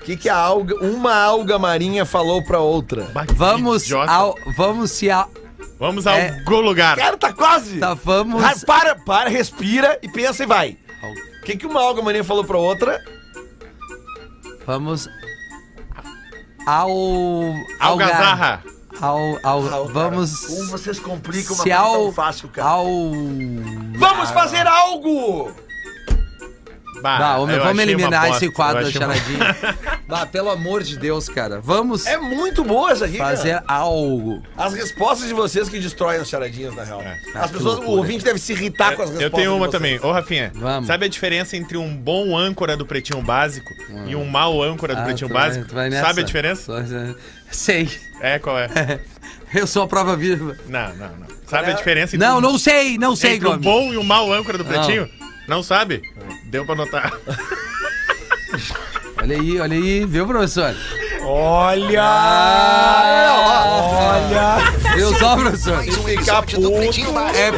Speaker 6: O que que a alga, uma alga marinha falou pra outra?
Speaker 5: Bah, que
Speaker 4: Vamos
Speaker 5: idiota.
Speaker 4: ao, vamos se a,
Speaker 5: Vamos ao
Speaker 4: É.
Speaker 5: gol lugar.
Speaker 6: Cara, tá quase.
Speaker 4: tá, vamos
Speaker 6: Ah, para, para, respira e pensa e vai. O que que uma alga marinha falou pra outra?
Speaker 4: vamos ao algar-
Speaker 5: Algazarra.
Speaker 4: Ao, ao,
Speaker 6: Ah, cara, Como
Speaker 4: vamos
Speaker 6: vocês complicam uma
Speaker 4: se
Speaker 6: coisa
Speaker 4: ao
Speaker 6: tão fácil, cara.
Speaker 4: ao
Speaker 6: Vamos fazer algo!
Speaker 5: Bah,
Speaker 4: Bah,
Speaker 5: Ah, eu
Speaker 4: homem, vamos
Speaker 5: achei uma
Speaker 4: eliminar
Speaker 5: bosta,
Speaker 4: esse quadro
Speaker 5: eu
Speaker 4: da
Speaker 5: achei uma-
Speaker 4: charadinha.
Speaker 5: *laughs*
Speaker 4: Bah, pelo amor de Deus, cara. Vamos
Speaker 6: É muito boa essa aqui, cara.
Speaker 4: fazer algo.
Speaker 6: As respostas de vocês que destroem as charadinhas, na real. As
Speaker 4: que
Speaker 6: pessoas, o
Speaker 4: É. loucura.
Speaker 6: ouvinte deve se irritar com as respostas.
Speaker 5: É, Eu tenho uma
Speaker 6: de
Speaker 5: também.
Speaker 6: vocês.
Speaker 5: Ô, Rafinha,
Speaker 4: Vamos.
Speaker 5: sabe a diferença entre um bom âncora do Pretinho Básico e um mau âncora do
Speaker 4: Hum. Ah,
Speaker 5: Pretinho
Speaker 4: tu vai-
Speaker 5: Básico?
Speaker 4: tu vai
Speaker 5: sabe
Speaker 4: nessa.
Speaker 5: a diferença?
Speaker 4: *laughs* Sei.
Speaker 5: É, qual é?
Speaker 4: Eu sou a prova viva.
Speaker 5: Não, não, não. Sabe a diferença
Speaker 4: Não,
Speaker 5: um-
Speaker 4: não sei, não sei,
Speaker 5: entre um
Speaker 4: Gomes. Hum.
Speaker 5: bom e um mau âncora do Pretinho? Não, sabe? Deu pra notar.
Speaker 4: Olha aí, olha aí, viu,
Speaker 5: *laughs*
Speaker 4: professor?
Speaker 7: Olha!
Speaker 4: Ah,
Speaker 7: Olha!
Speaker 4: viu só, professor? É
Speaker 2: Mais um episódio do Pretinho Básico.